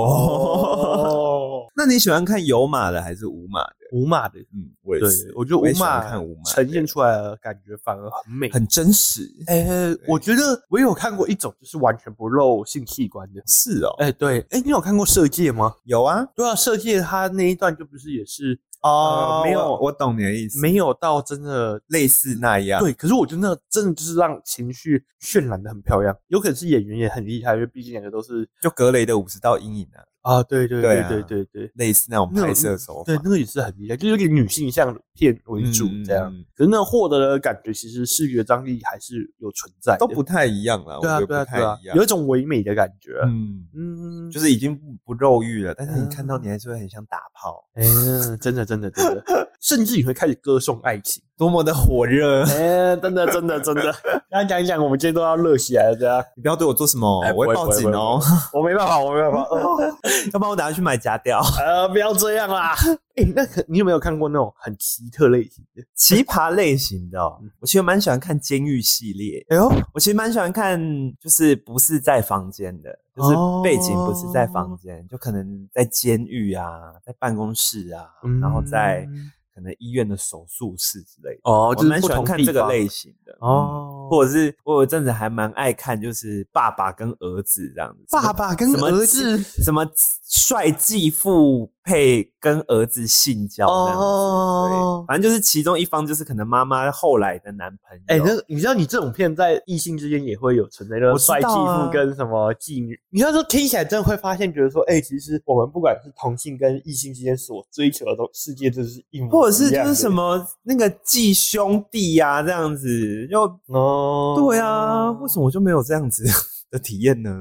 A: 哦，
B: 哦，
A: 那你喜欢看有码的还是无码的？
B: 无码的，
A: 嗯，我也
B: 对
A: 是，
B: 我觉得
A: 也
B: 无
A: 喜欢
B: 码
A: 看无码
B: 呈
A: 的
B: 现出来的感觉反而很美。
A: 很真实。
B: 哎、我觉得我有看过一种就是完全不露性器官的。
A: 是哦，
B: 哎、对，哎、你有看过《射界》吗？
A: 有啊，
B: 对啊，《射界》它那一段就不是也是
A: 哦，
B: 呃没有
A: 我我懂你的意思，
B: 没有到真的。
A: 类似那样。
B: 对，可是我觉得那真的就是让情绪渲染的很漂亮，有可能是演员也很厉害，因为毕竟两个都是
A: 就格雷的五十道阴影啊，
B: 啊，对对
A: 对
B: 对
A: 啊
B: 对对对，
A: 类似那种
B: 那种
A: 拍摄手法
B: 对，。那个也是很厉害，就有点女性向片为主
A: 嗯
B: 这样。
A: 嗯嗯
B: 可是那获得的感觉，其实视觉张力还是有存在的，
A: 都不太一样了，
B: 对啊，
A: 我觉
B: 对
A: 得
B: 啊，
A: 不太
B: 对啊
A: 一，样
B: 有。一种唯美的感觉。
A: 嗯，
B: 嗯，
A: 就是是已经不不肉欲了，但是你
B: 嗯
A: 看到你还是会很想打炮，
B: 哎、真的，真的，真 *laughs* 的，甚至你会开始歌颂爱情。
A: 多么的火
B: *laughs*
A: 热！
B: 哎、真的，真的，真的。 *laughs* 那讲一讲，我们今天都要热起来了，对啊。
A: 你不要对我做什么
B: 哎，不
A: 我
B: 会
A: 会报警哦，
B: *laughs*
A: *laughs*
B: 我没办法，我没办法。 *laughs* 哦
A: 要不然我等下去买假屌。
B: 呃，不要这样啦。哎、那可你有没有看过那种很奇特类型的？
A: 奇葩类型的
B: 嗯
A: 哦，我其实蛮喜欢看监狱系列，
B: 哎呦，
A: 我其实蛮喜欢看，就是不是在房间的，就是背景不是在房
B: 哦
A: 间，就可能在监狱啊，在办公室啊，然后在
B: 嗯
A: 可能医院的手术室之类的。
B: 哦，
A: 我
B: 就是
A: 蛮
B: 不
A: 喜欢
B: 同
A: 看
B: 地
A: 这个
B: 方
A: 类型的哦，
B: 哦，
A: 或者是我有阵子还蛮爱看，就是爸爸跟儿子这样子，
B: 爸爸跟
A: 什么
B: 儿子
A: 什么帅继父配跟儿子性交这样子。
B: 哦
A: 对，。反正就是其中一方就是可能妈妈后来的男朋友，
B: 哎、那你知道你这种片在异性之间也会有存在，就是
A: 我知
B: 帅继
A: 道啊
B: 父跟什么妓女。你要说听起来真的会发现，觉得说，哎、其实我们不管是同性跟异性之间所追求的东世界，真是一模
A: 或者是
B: 一
A: 就
B: 样
A: 是
B: 的
A: 什嗯么那个继兄弟呀、这样子，就
B: 哦，
A: 对啊，为什么我就没有这样子 *laughs* 的体验 *laughs* 呢？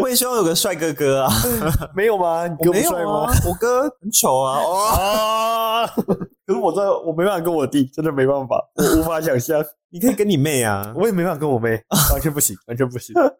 A: 我也希望有个帅哥哥 *laughs* 啊，
B: 么 *laughs* 没有吗？你哥
A: 我
B: 不
A: 没有
B: 帅
A: 啊
B: 吗？，
A: 我哥很丑啊， *laughs* 哦，
B: 啊！ *laughs* 可是我真的我没办法跟我弟，真的没办法，我无法想象，
A: 你可以跟你妹 *laughs* 啊，
B: 我也没办法跟我妹，完全不行，完全不 *laughs* 行。啊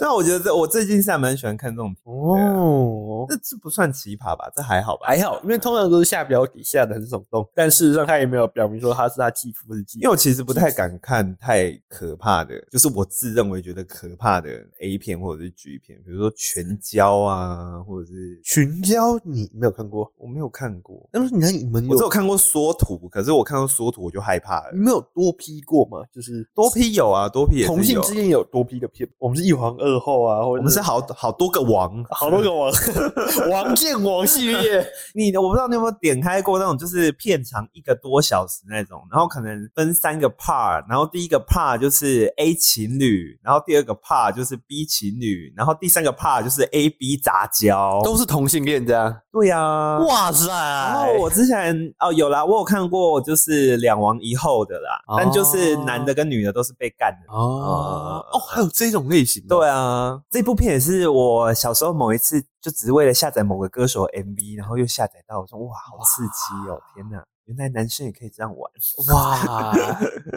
A: 那我觉得这我最近是还蛮喜欢看这种，
B: 哦，
A: 这这不算奇葩吧？这还好吧？
B: 还好，因为通常都是下标底下的很耸动，但事实上他也没有表明说他是他继父是继
A: 因为我其实不太敢看太可怕的，就是我自认为觉得可怕的 A 片或者是 G 片，比如说全交啊，或者是
B: 群交你没有看过？
A: 我没有看过，
B: 那么你那你们
A: 我只有
B: 有
A: 看过缩图，可是我看到缩图我就害怕了
B: 你。们有多批过吗？就是
A: 多批有啊，多批也是有
B: 同性之间也有多批的片，我们是一皇二后啊，或
A: 我
B: 者
A: 们是好好多个王，
B: 好多个王 *laughs* 王见王系 *laughs* 列，
A: 你我不知道你有没有点开过那种，就是片长一个多小时那种，然后可能分三个 part，然后第一个 part 就是 A 情侣，然后第二个 part 就是 B 情侣，然后第三个 part 就是 A B 杂交。
B: 是同性恋这样。
A: 对呀、啊。
B: 哇塞！
A: 然后我之前哦有啦，我有看过就是两王一后的啦，
B: 哦
A: 但就是男的跟女的都是被干的。
B: 哦
A: 哦
B: 哦，还有这种类型的，
A: 对啊，这部片也是我小时候某一次就只是为了下载某个歌手的 MV，然后又下载到，我说哇，好刺激哦！天哪，原来男生也可以这样玩。
B: 哇！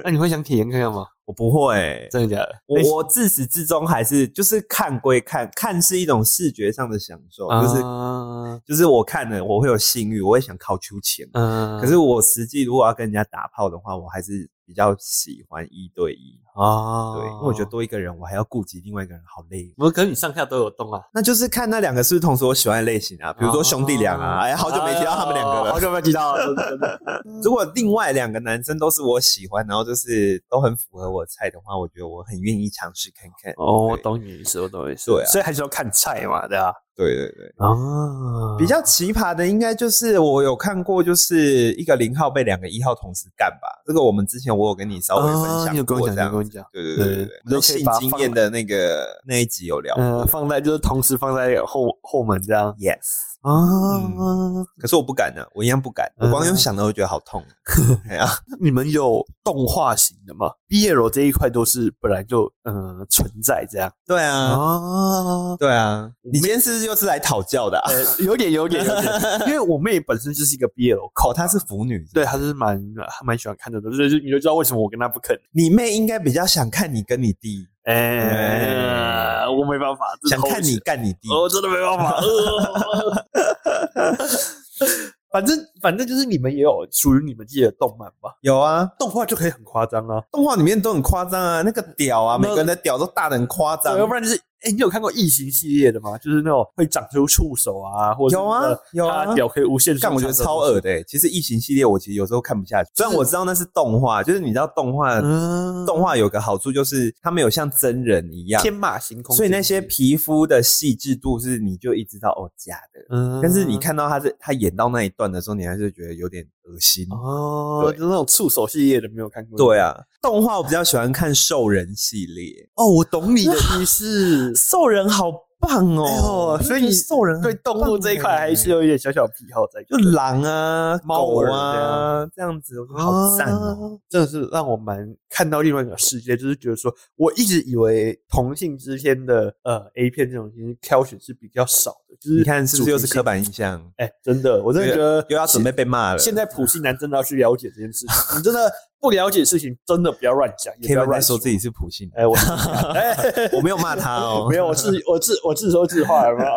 B: 那你会想体验看看吗？
A: 我不会、
B: *laughs* 真的假的？
A: 我我自始至终还是就是看归看，看是一种视觉上的享受，
B: 哎
A: 就是、
B: 嗯
A: 就是我看了我会有性欲，我会想靠秋千。
B: 嗯
A: 可是我实际如果要跟人家打炮的话，我还是比较喜欢一对一，
B: 啊
A: 对，因为我觉得多一个人我还要顾及另外一个人，好累。哦
B: 我可是你上下都有动啊。
A: 那就是看那两个是不是同时我喜欢的类型啊，比如说兄弟俩啊，哎，好久没提到他们两个
B: 哦好
A: 了。
B: 久没提到了，真的真的。
A: *laughs* 如果另外两个男生都是我喜欢，然后就是都很符合我菜的话，我觉得我很愿意尝试看看。
B: 哦，我
A: 对
B: 懂你意思，我懂你意思。
A: 对啊
B: 所以还是要看菜嘛，对吧？
A: 对对对，
B: 啊，
A: 比较奇葩的应该就是我有看过，就是一个零号被两个一号同时干吧，这个我们之前我有跟你稍微分享
B: 啊你有跟我
A: 过
B: 讲，
A: 这
B: 你有
A: 样
B: 跟我讲，
A: 对对对对
B: 对
A: 对，我
B: 都
A: 们
B: 可以
A: 性
B: 把它
A: 经
B: 放
A: 验的那个那一集有聊
B: 呃，
A: 过
B: 放在就是同时放在后后门这样哦
A: ，yes。
B: 啊，
A: 可是我不敢呢、啊我一样不敢，我光
B: 嗯
A: 用想的我觉得好痛。哎呀，
B: 你们有动画型的吗？BL 这一块都是本来就呃存在这样
A: 对啊， *laughs*
B: 啊，
A: 对啊，你今天是不是又是来讨教的、啊？
B: 呃，有点有点
A: *laughs*
B: 有点，因为我妹本身就是一个 BL
A: 哦，
B: 控，
A: 她是腐女，
B: 对，，她是蛮她蛮喜欢看的，就是就你就知道为什么我跟她不肯，
A: 你妹应该比较想看你跟你弟，
B: 哎，我没办法，这是哦
A: 想看你干你弟。
B: 我真的没办法。呃 *laughs* 反正反正就是你们也有属于你们自己的动漫吧，
A: 有啊，
B: 动画就可以很夸张啊。
A: 动画里面都很夸张啊，那个屌啊，
B: 那
A: 每个人的屌都大的很夸张
B: 对，。要不然就是，哎、你有看过异形系列的吗？就是那种会长出触手啊，或者
A: 有啊
B: 是那个
A: 有啊
B: 它屌可以无限
A: 但
B: 长
A: 我觉得超恶的、欸，其实异形系列我其实有时候看不下去，虽然我知道那是动画，就是你知道动画，
B: 嗯，
A: 动画有个好处就是它没有像真人一样，
B: 天马行空，
A: 所以那些皮肤的细致度是你就一直知道哦假的，
B: 嗯，
A: 但是你看到他这他演到那一段的时候，你还是觉得有点恶心。
B: 哦，
A: 对
B: 就是那种触手系列的没有看过，
A: 对啊，动画我比较喜欢看兽人系列，，
B: 哦，我懂你的意思
A: *laughs* 兽人好棒哦
B: 哎呦所以你
A: 兽人
B: *laughs*
A: 欸
B: 对动物这一块还是有一点小小癖好在，
A: 就狼啊、
B: 猫
A: 狗
B: 儿
A: 啊这样子，我觉得好赞哦。
B: 啊！真的是让我蛮看到另外一个世界，就是觉得说，我一直以为同性之间的呃 A 片这种其实挑选是比较少的，就是
A: 你看是不是又是
B: 主题性
A: 刻？板印象？
B: 哎、真的，我真的觉得
A: 又要准备被骂了。
B: 现在普信男真的要去了解这件事情，你真的不了解事情，真的不要乱讲，也不要
A: Kevin 在
B: 乱
A: 说自己。是普信男，
B: 哎、我 *laughs* 哎，
A: *laughs* 我没有骂他哦
B: 没有，我自我自我自说自话，有没
A: *laughs*
B: 有？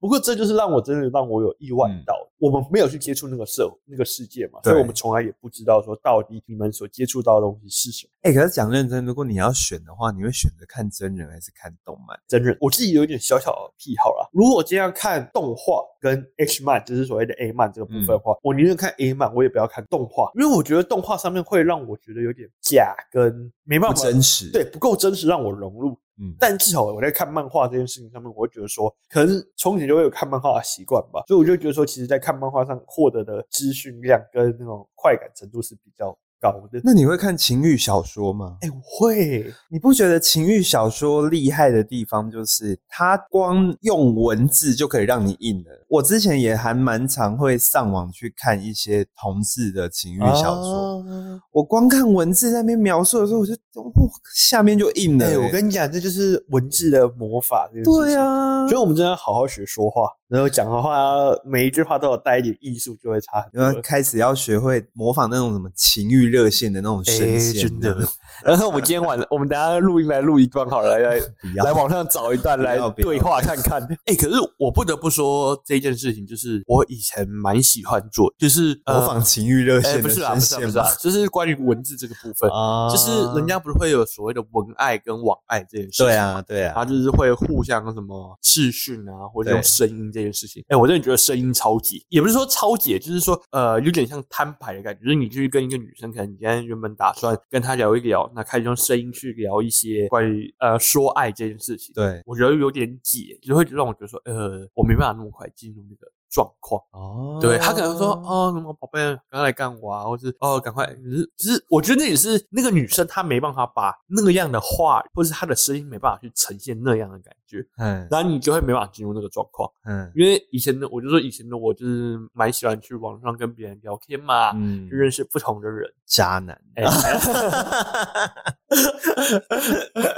B: 不过这就是让我真的让我有意外到，我们没有去接触那个社那个世界嘛，
A: 嗯对
B: 所以我们从来也不知道说到底你们所接触到的东西是什么。
A: 哎、可是讲认真，如果你要选的话，你会选择看真人还是看动漫？
B: 真人，我自己有一点小小的癖好啦。如果我今天要看动画跟 H 漫，就是所谓的 A 漫这个部分的话，
A: 嗯
B: 我宁愿看 A 漫，我也不要看动画，因为我觉得动画上面会让我觉得有点假，跟没办
A: 不
B: 法
A: 真实。
B: 对，不够真实让我融入。
A: 嗯
B: 但至少我在看漫画这件事情上面，我会觉得说，可能从前就会有看漫画的习惯吧，所以我就觉得说，其实，在看漫画上获得的资讯量跟那种快感程度是比较高的。
A: 那你会看情欲小说吗？
B: 哎、我会，
A: 你不觉得情欲小说厉害的地方就是它光用文字就可以让你硬了？我之前也还蛮常会上网去看一些同志的情欲小说，
B: 啊
A: 我光看文字在那边描述的时候，我就哇下面就硬了、欸
B: 哎、我跟你讲，这就是文字的魔法这件事情。
A: 对啊，
B: 所以我们真的要好好学说话，然后讲的话，每一句话都有带一点艺术，就会差很多
A: 然。后开始要学会模仿那种什么情欲热线的那种声
B: 哎
A: 线，
B: 真的。 *laughs* 然后我们今天晚，我们等一下录音来录一段好了，来来
A: 不要
B: 来网上找一段来
A: 不要不要
B: 对话看看。哎、可是我不得不说这件事情，就是我以前蛮喜欢做，就是呃
A: 模仿情欲热
B: 哎、
A: 线
B: 不
A: 的
B: 是啊，
A: 声
B: 不是啊，
A: 线
B: 不是
A: 吧
B: 啊，就是关于文字这个部分，
A: 啊
B: 就是人家不是会有所谓的文爱跟网爱这件事情。
A: 对。啊，对
B: 他
A: 啊，
B: 就是会互相什么视讯啊，或者用
A: 对
B: 声音这件事情。哎、我真的觉得声音超解，也不是说超解，就是说呃，有点像摊牌的感觉。就是你去跟一个女生，可能你今天原本打算跟她聊一聊，那开始用声音去聊一些关于呃说爱这件事情。，
A: 对
B: 我觉得有点解，就会让我觉得说，呃，我没办法那么快进入那个状况。
A: 哦
B: 对他可能说哦，什么宝贝，赶快来干我啊，或是哦，赶快，就是就是，我觉得那也是那个女生她没办法把那样的话，或是她的声音没办法去呈现那样的感觉，
A: 嗯
B: 然后你就会没办法进入那个状况。
A: 嗯
B: 因为以前的我就说以前的我就是蛮喜欢去网上跟别人聊天嘛，
A: 嗯
B: 就认识不同的人。
A: 渣男， *laughs*
B: 哎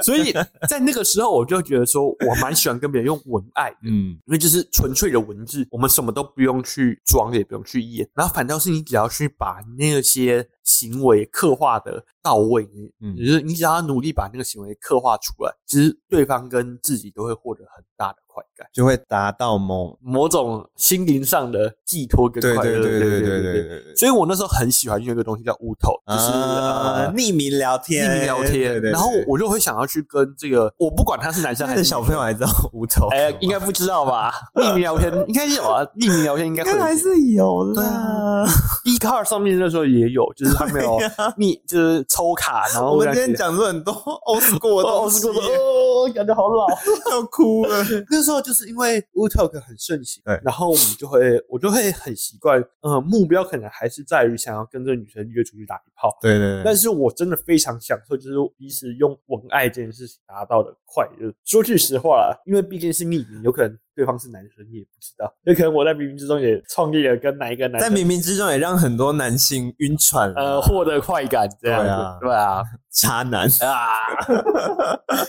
B: 所以在那个时候，我就觉得说我蛮喜欢跟别人用文爱的，
A: 嗯，
B: 因为就是纯粹的文字，我们什么都不用去装，也不用去演，然后反倒是你只要去把那些行为刻画的到位，
A: 嗯
B: 嗯，就是你只要努力把那个行为刻画出来，其实对方跟自己都会获得很大的快感，
A: 就会达到某
B: 某种心灵上的寄托跟
A: 对
B: 快
A: 对
B: 乐。
A: 对对
B: 对
A: 对
B: 对。
A: 对对，
B: 所以我那时候很喜欢用一个东西叫乌头，就是、
A: 啊
B: 呃
A: 匿名聊天，
B: 匿名聊
A: 对
B: 天，
A: 对
B: 然后
A: 对
B: 我就会想要去跟这个，我不管他是男生
A: 现
B: 还
A: 在
B: 是
A: 的小
B: 女生
A: 朋友还知道无头，
B: 哎、应该不知
A: *laughs*
B: 道吧？匿名聊天应该有啊，匿名聊天应该会有。
A: 是有
B: 对啊。D 卡上面那时候也有，就是他没有
A: *laughs* 对啊
B: 匿，就是抽卡，然后
A: 我们今
B: 这样
A: 天 *laughs*
B: 子
A: 讲出很多 old school 的
B: 哦，
A: 东
B: 是
A: 西
B: 过的哦，感觉好老。
A: *laughs* 要哭了。
B: *laughs* 那时候就是因为 Wu Talk 很盛行，
A: 对
B: 然后我们就会我就会很习惯，呃，目标可能还是在于想要跟这个女生约出去打一炮。
A: 对对
B: 但
A: 对，
B: 是我真的非常享受，就是彼此用文爱这件事情达到的快乐。说句实话啦，因为毕竟是匿名，有可能对方是男生，你也不知道。 *laughs* 有可能我在冥冥之中也创立了跟哪一个男
A: 在
B: 生
A: 冥冥之中也让很多男性晕船
B: 呃
A: 了，
B: 获得快感这样子，对
A: 对
B: 啊，
A: 渣男。
B: 啊，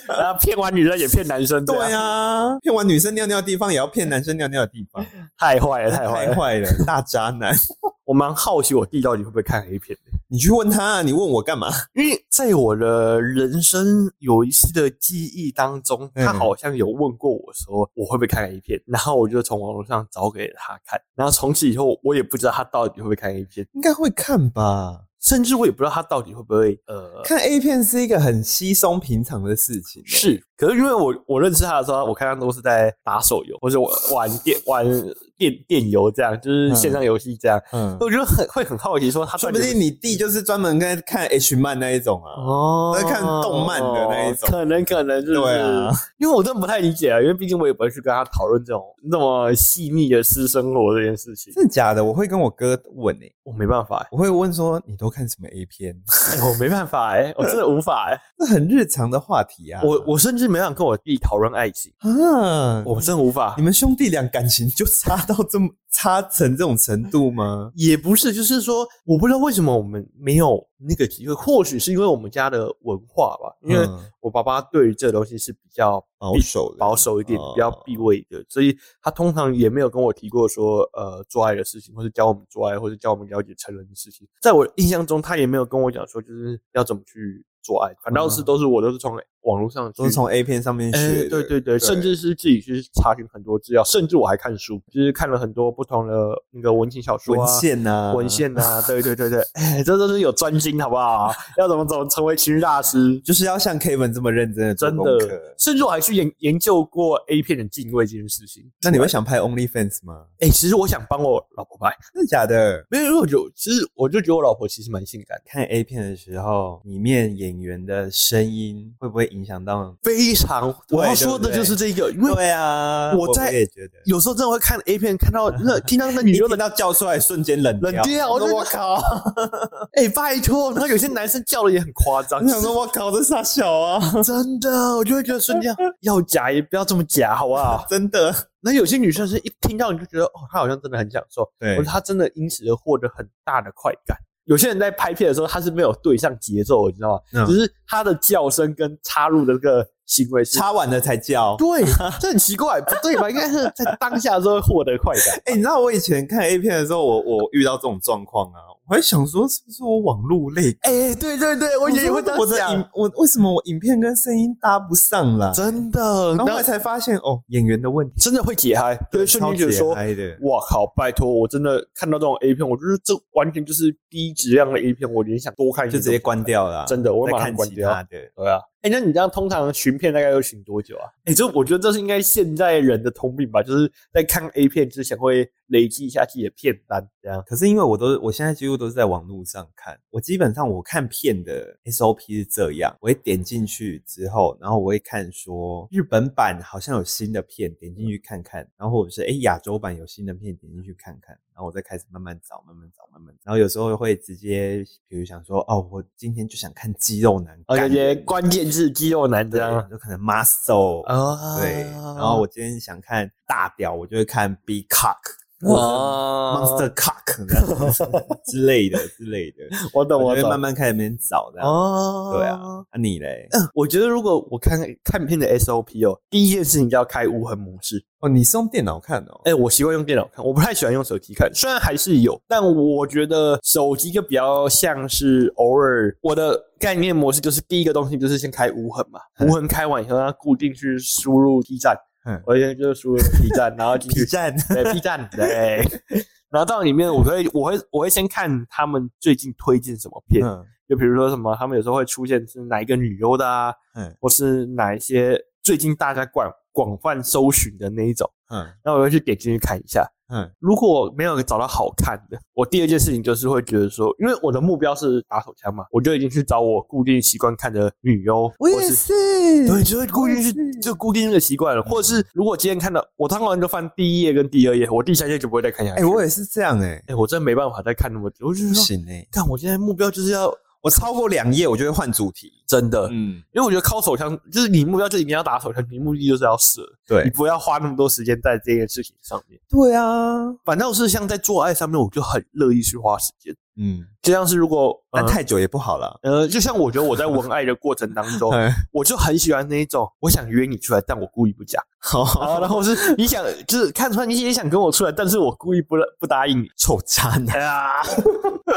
B: *laughs* 然后骗完女生也骗男
A: *laughs*
B: 生，
A: 对
B: 呀，
A: 啊，骗完女生尿尿的地方，也要骗男生尿尿的地方，
B: 太坏了，太坏
A: 太
B: 了。
A: 坏了，大渣男！
B: 我蛮好奇我弟到底会不会看 A 片的，
A: *laughs* 你去问他啊，你问我干嘛？
B: 因为在我的人生有一次的记忆当中，
A: 嗯
B: 他好像有问过我说我会不会看 A 片，然后我就从网络上找给他看，然后从此以后我也不知道他到底会不会看 A 片，
A: 应该会看吧？
B: 甚至我也不知道他到底会不会呃
A: 看 A 片是一个很稀松平常的事情、欸，
B: 是，可是因为我我认识他的时候，我看他都是在打手游或者我玩电玩电电游这样，就是线上游戏这样，
A: 嗯，
B: 我就很会很好奇说他
A: 说不
B: 到底
A: 定你弟就是专门在看 H 漫那一种啊。
B: 哦
A: 在看动漫的那一种
B: 可能可能就是
A: 对啊，
B: 因为我真的不太理解啊，因为毕竟我也不会去跟他讨论这种那么细腻的私生活这件事情，
A: 真的假的？我会跟我哥问诶、
B: 我没办法、
A: 我会问说你都看什么 A 片？
B: 欸，我没办法哎、我真的无法哎、
A: *laughs* 这很日常的话题啊。
B: 我我甚至没想跟我弟讨论爱情，
A: 啊，
B: 我真的无法
A: 你。们兄弟俩感情就差到这么 *laughs* 差成这种程度吗？
B: 也不是，就是说，我不知道为什么我们没有那个机会，或许是因为我们家的文化吧，因为
A: 嗯
B: 我爸爸对于这个东西是比较
A: 保
B: 避
A: 守的
B: 保守一点，
A: 哦
B: 比较避讳的，所以他通常也没有跟我提过说，呃，做爱的事情，或者教我们做爱，或者教我们了解成人的事情。在我印象中，他也没有跟我讲说，就是要怎么去做爱，反倒是
A: 嗯
B: 都是我都是从网络上去
A: 都是从 A 片上面
B: 哎
A: 学的。
B: 对对对，甚至是自己去查询很多资料，甚至我还看书，就是看了很多不同的那个文情小说、啊、
A: 文献呐、
B: 文献啊，对对对对，哎，这都是有专精，好不 *laughs* 好？要怎么怎么成为情绪大师，
A: 就是要像 Kevin 这么认真的做
B: 真
A: 功
B: 的啊
A: 课，。
B: 甚至我还去研研究过 A 片的敬畏这件事情。
A: 那你会想拍 OnlyFans 吗？
B: 哎，其实我想帮我老婆拍，
A: 真的假的？
B: 没有，因为我就其实我就觉得我老婆其实蛮性感的，
A: 看 A 片的时候，里面演员的声音会不会影响到？
B: 非常。
A: 对
B: 我要说的
A: 对不对
B: 就是这个，因为
A: 对啊，
B: 我在
A: 我也觉得。
B: 有时候真的会看 A 片，看到那听到那
A: 你
B: 女
A: 一
B: 优的
A: 听到叫出来，瞬间冷
B: 冷掉，我就
A: 我
B: 靠！哎、拜托，然后有些男生叫的也很夸张，
A: 我想说，我靠，这傻小啊，
B: 真的，我就会觉得瞬间要假也不要这么假，好不好？ *laughs*
A: 真的。
B: 那有些女生是一听到你就觉得，哦，她好像真的很享受，
A: 对
B: 或者她真的因此而获得很大的快感。有些人在拍片的时候，他是没有对上节奏，你知道吗？
A: 嗯
B: 只是他的叫声跟插入的这个行为 *laughs* 是，
A: 插完了才叫。
B: 对，这很奇怪，不对吧？应该是在当下的时候获得快感。
A: 哎、你知道我以前看 A 片的时候，我我遇到这种状况啊，我还想说是不是我网路累？
B: *laughs* 哎、对对对，我也会这
A: 我
B: 样
A: 的
B: 想
A: 影，我为什么我影片跟声音搭不上啦？
B: 真的。
A: 然后
B: 然
A: 后
B: 后
A: 来才发现哦，演员的问题，
B: 真的会解嗨，就会瞬间觉得
A: 超
B: 说
A: 解，嗨的，
B: 哇靠，拜托，我真的看到这种 A 片，我就是这完全就是低质量的 A 片，我连想多看一
A: 就
B: 点
A: 直接关掉了啊、
B: 真的我
A: 再
B: 会马上
A: 看
B: 关
A: 其
B: 掉
A: 他的。
B: 都不看。对啊，哎、那你这样通常寻片大概要寻多久啊？哎、这我觉得这是应该现在人的通病吧，就是在看 A 片之前会累积一下自己的片单，这样。
A: 可是因为我都是我现在几乎都是在网络上看，我基本上我看片的 SOP 是这样，我会点进去之后，然后我会看说日本版好像有新的片，点进去看看，然后或者是诶亚洲版有新的片，点进去看看，然后我再开始慢慢找，慢慢找，慢慢找，然后有时候会直接比如想说哦，我今天就想看肌肉男
B: 而
A: 干人，
B: 且关键字肌肉男这
A: 对
B: 样
A: 就可能 muscle
B: 啊
A: 对，然后我今天想看大屌，我就会看 Big *laughs* Cock 或者是
B: 啊
A: Monster Cock 这样 *laughs* 子之类的之类的，
B: 我懂
A: 我就
B: 我
A: 会
B: 懂
A: 慢慢开 *laughs* 始那边找这样。
B: 哦
A: 对啊，啊你嘞？
B: 我觉得如果我看看片的 SOP 哦，第一件事情就要开无痕模式。
A: 哦，你是用电脑看哦？
B: 哎、我习惯用电脑看，我不太喜欢用手机看。虽然还是有，但我觉得手机就比较像是偶尔我的概念模式就是第一个东西就是先开无痕嘛，
A: 嗯
B: 无痕开完以后，让它固定去输入 P 站
A: 嗯，
B: 我先就是输入 P 站，然后进去
A: P 站
B: 对 B 站
A: *laughs*
B: 对，然后到里面我会我会我会先看他们最近推荐什么片，
A: 嗯
B: 就比如说什么他们有时候会出现是哪一个女优的啊，
A: 嗯
B: 或是哪一些最近大家广广泛搜寻的那一种。
A: 嗯
B: 那我就去点进去看一下，
A: 嗯，
B: 如果没有找到好看的，我第二件事情就是会觉得说，因为我的目标是打手枪嘛，我就已经去找我固定习惯看的女优，
A: 我
B: 或
A: 也
B: 是
A: 是，
B: 对，就会固定
A: 我也是
B: 是就固定这个习惯了，或者是如果今天看到我通常就翻第一页跟第二页，我第三页就不会再看下去。
A: 哎，我也是这样哎，
B: 哎、我真没办法再看那么久，我就
A: 不
B: 是说，
A: 行哎，
B: 看我现在目标就是要
A: 我超过两页我就会换主题。
B: 真的，
A: 嗯，
B: 因为我觉得靠手枪就是你目标就一定要打手枪，你目的就是要射，你
A: 对，
B: 不要花那么多时间在这件事情上面。
A: 对啊，
B: 反倒是像在做爱上面，我就很乐意去花时间。
A: 嗯，
B: 就像是如果呃
A: 但太久也不好了。
B: 呃，就像我觉得我在文爱的过程当 *laughs* 中，
A: 哎
B: 我就很喜欢那一种，我想约你出来，但我故意不 *laughs* 讲。啊，
A: 好，
B: 然后是你想就是看出来你也想跟我出来，但是我故意不不答应你。
A: 臭渣男。
B: 哎呀， *laughs*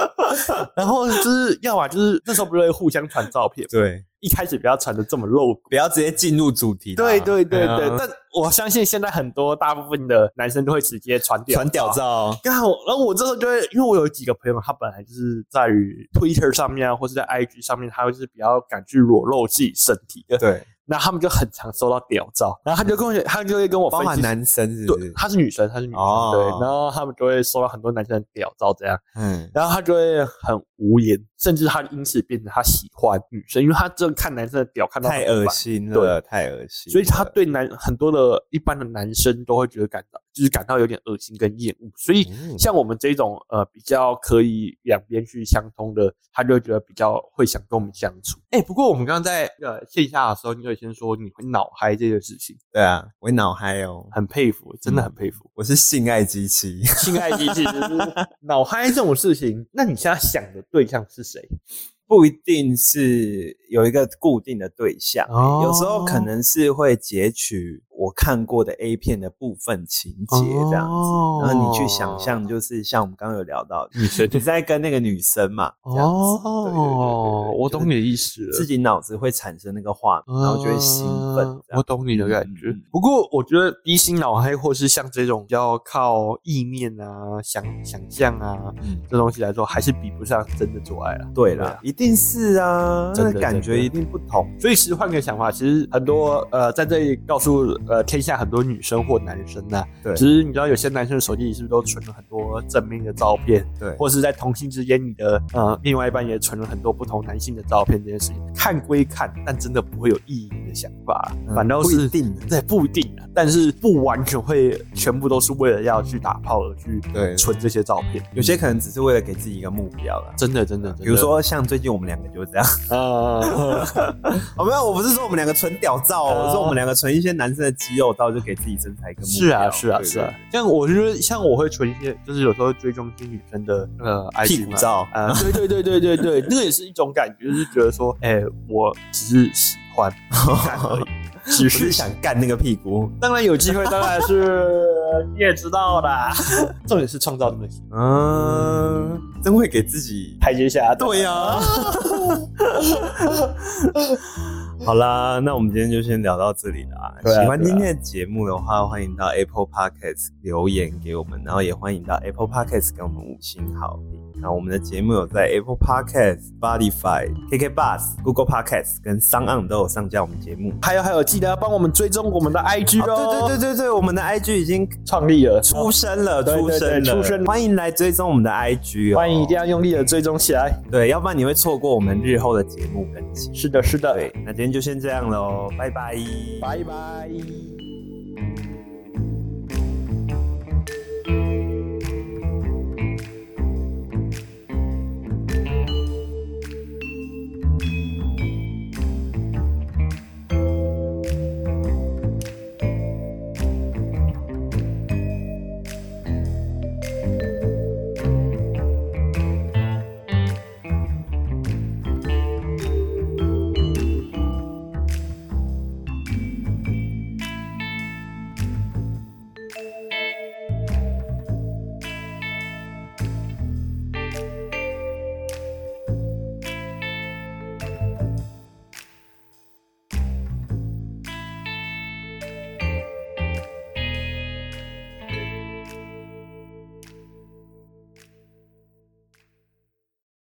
B: 然后就是要么就是那时候不是会互相传照片，
A: 对，
B: 一开始不要传的这么露骨。
A: 不要直接进入主题啦。
B: 对对对对，
A: 啊
B: 但我相信现在很多大部分的男生都会直接传屌
A: 传屌。照，哦
B: 刚好，然后我这时候就会，因为我有几个朋友，他本来就是在于 Twitter 上面啊，或是在 IG 上面，他就是比较敢去裸露自己身体的，
A: 对，
B: 那他们就很常收到屌照，然后他就跟我，他就会跟我分
A: 包含
B: 析，
A: 男生是不
B: 对
A: 是，？
B: 她是女生，她是女生，
A: 哦
B: 对，然后他们就会收到很多男生的屌照这样，
A: 嗯，
B: 然后他就会很无言，甚至他因此变成他喜欢女生，因为他真的看男生的屌看到
A: 太
B: 很烦
A: 恶心了，啊太恶心了。
B: 所以他对男很多的一般的男生都会觉得感到就是感到有点恶心跟厌恶，所以
A: 嗯
B: 像我们这种呃比较可以两边去相通的，他就会觉得比较会想跟我们相处。哎、不过我们刚刚在呃线下的时候，你有先说你会脑嗨这件事情，
A: 对啊，我脑嗨哦，
B: 很佩服，真的很佩服。
A: 我是性爱机器。
B: 嗯性爱机器就是 *laughs* 脑嗨这种事情，那你现在想的对象是谁？
A: 不一定是有一个固定的对象、
B: 哦
A: 有时候可能是会截取我看过的 A 片的部分情节这样子，
B: 哦
A: 然后你去想象，就是像我们刚刚有聊到，
B: 女生
A: 你在跟那个女生嘛，这样子对对对对对
B: 哦我
A: 就
B: 懂
A: 是
B: 你的意思了
A: 自。己脑子会产生那个画面，然后就会兴奋
B: 啊
A: 这样。
B: 我懂你的感觉。
A: 嗯嗯嗯
B: 不过我觉得低薪脑嗨，或是像这种要靠意念啊、想想象啊
A: 嗯
B: 这东西来说，还是比不上真的做爱了。
A: 对
B: 对
A: 啦
B: 啊，
A: 一定是啊，
B: 真
A: 那
B: 的
A: 个感
B: 真
A: 觉
B: 的
A: 一定不同。
B: 所以其实换个想法，其实很多呃，在这里告诉呃天下很多女生或男生呐、
A: 对
B: 其实你知道有些男生的手机里是不是都存了很多正面的照片，
A: 对，
B: 或是在同性之间，你的呃另外一半也存了很多不同男性的照片这件事情，看归看，但真的不会有意义的想法，
A: 嗯
B: 反倒
A: 不
B: 是
A: 一定
B: 对不一定啊，但是不完全会全部都是为了要去打炮而去
A: 对
B: 存这些照片，
A: 有些可能只是为了给自己一个目标啦。
B: 真的真的，真的
A: 比如说像最近我们两个就这样。 *laughs*
B: 呃，
A: 哦，没有，我不是说我们两个存屌照哦，
B: 哦
A: 我说我们两个存一些男生的肌肉照，就给自己身材一个目标
B: 是啊是啊
A: 对
B: 是啊，像我就是像我会存一些，就是有时候追踪一些女生的呃
A: 对
B: IG
A: 屁股
B: 嘛
A: 照，
B: 啊， *laughs* 对对对对对对，那个也是一种感觉，就是觉得说，哎、我只是喜 *laughs* 欢看而已，只
A: 只
B: 是
A: 是
B: 想
A: 想干那个屁股。
B: 当然有机会，当然 *laughs* 是你也知道的。重点是创造东西，
A: 嗯，真会给自己。
B: 台阶下。
A: 对呀、 *laughs* 好啦，那我们今天就先聊到这里啦。
B: 对啊
A: 喜欢
B: 对啊
A: 今天的节目的话，欢迎到 Apple Podcast 留言给我们，然后也欢迎到 Apple Podcast 给我们五星好评。然后我们的节目有在 Apple Podcast、Spotify、KK Bus、Google Podcast 跟 s o n 都有上架我们节目。
B: 还有还有，记得要帮我们追踪我们的 IG 哦。
A: 哦对对对对对，我们的 IG 已经
B: 创立了，
A: 出生了，
B: 对
A: 出
B: 对
A: 生
B: 对
A: 了，
B: 出生了
A: 欢迎来追踪我们的 IG 哦，
B: 欢迎一定要用力的追踪起来。
A: 对，要不然你会错过我们日后的节目更新。
B: 是的，是的，
A: 对，那今天就先这样喽，拜拜。
B: 拜拜。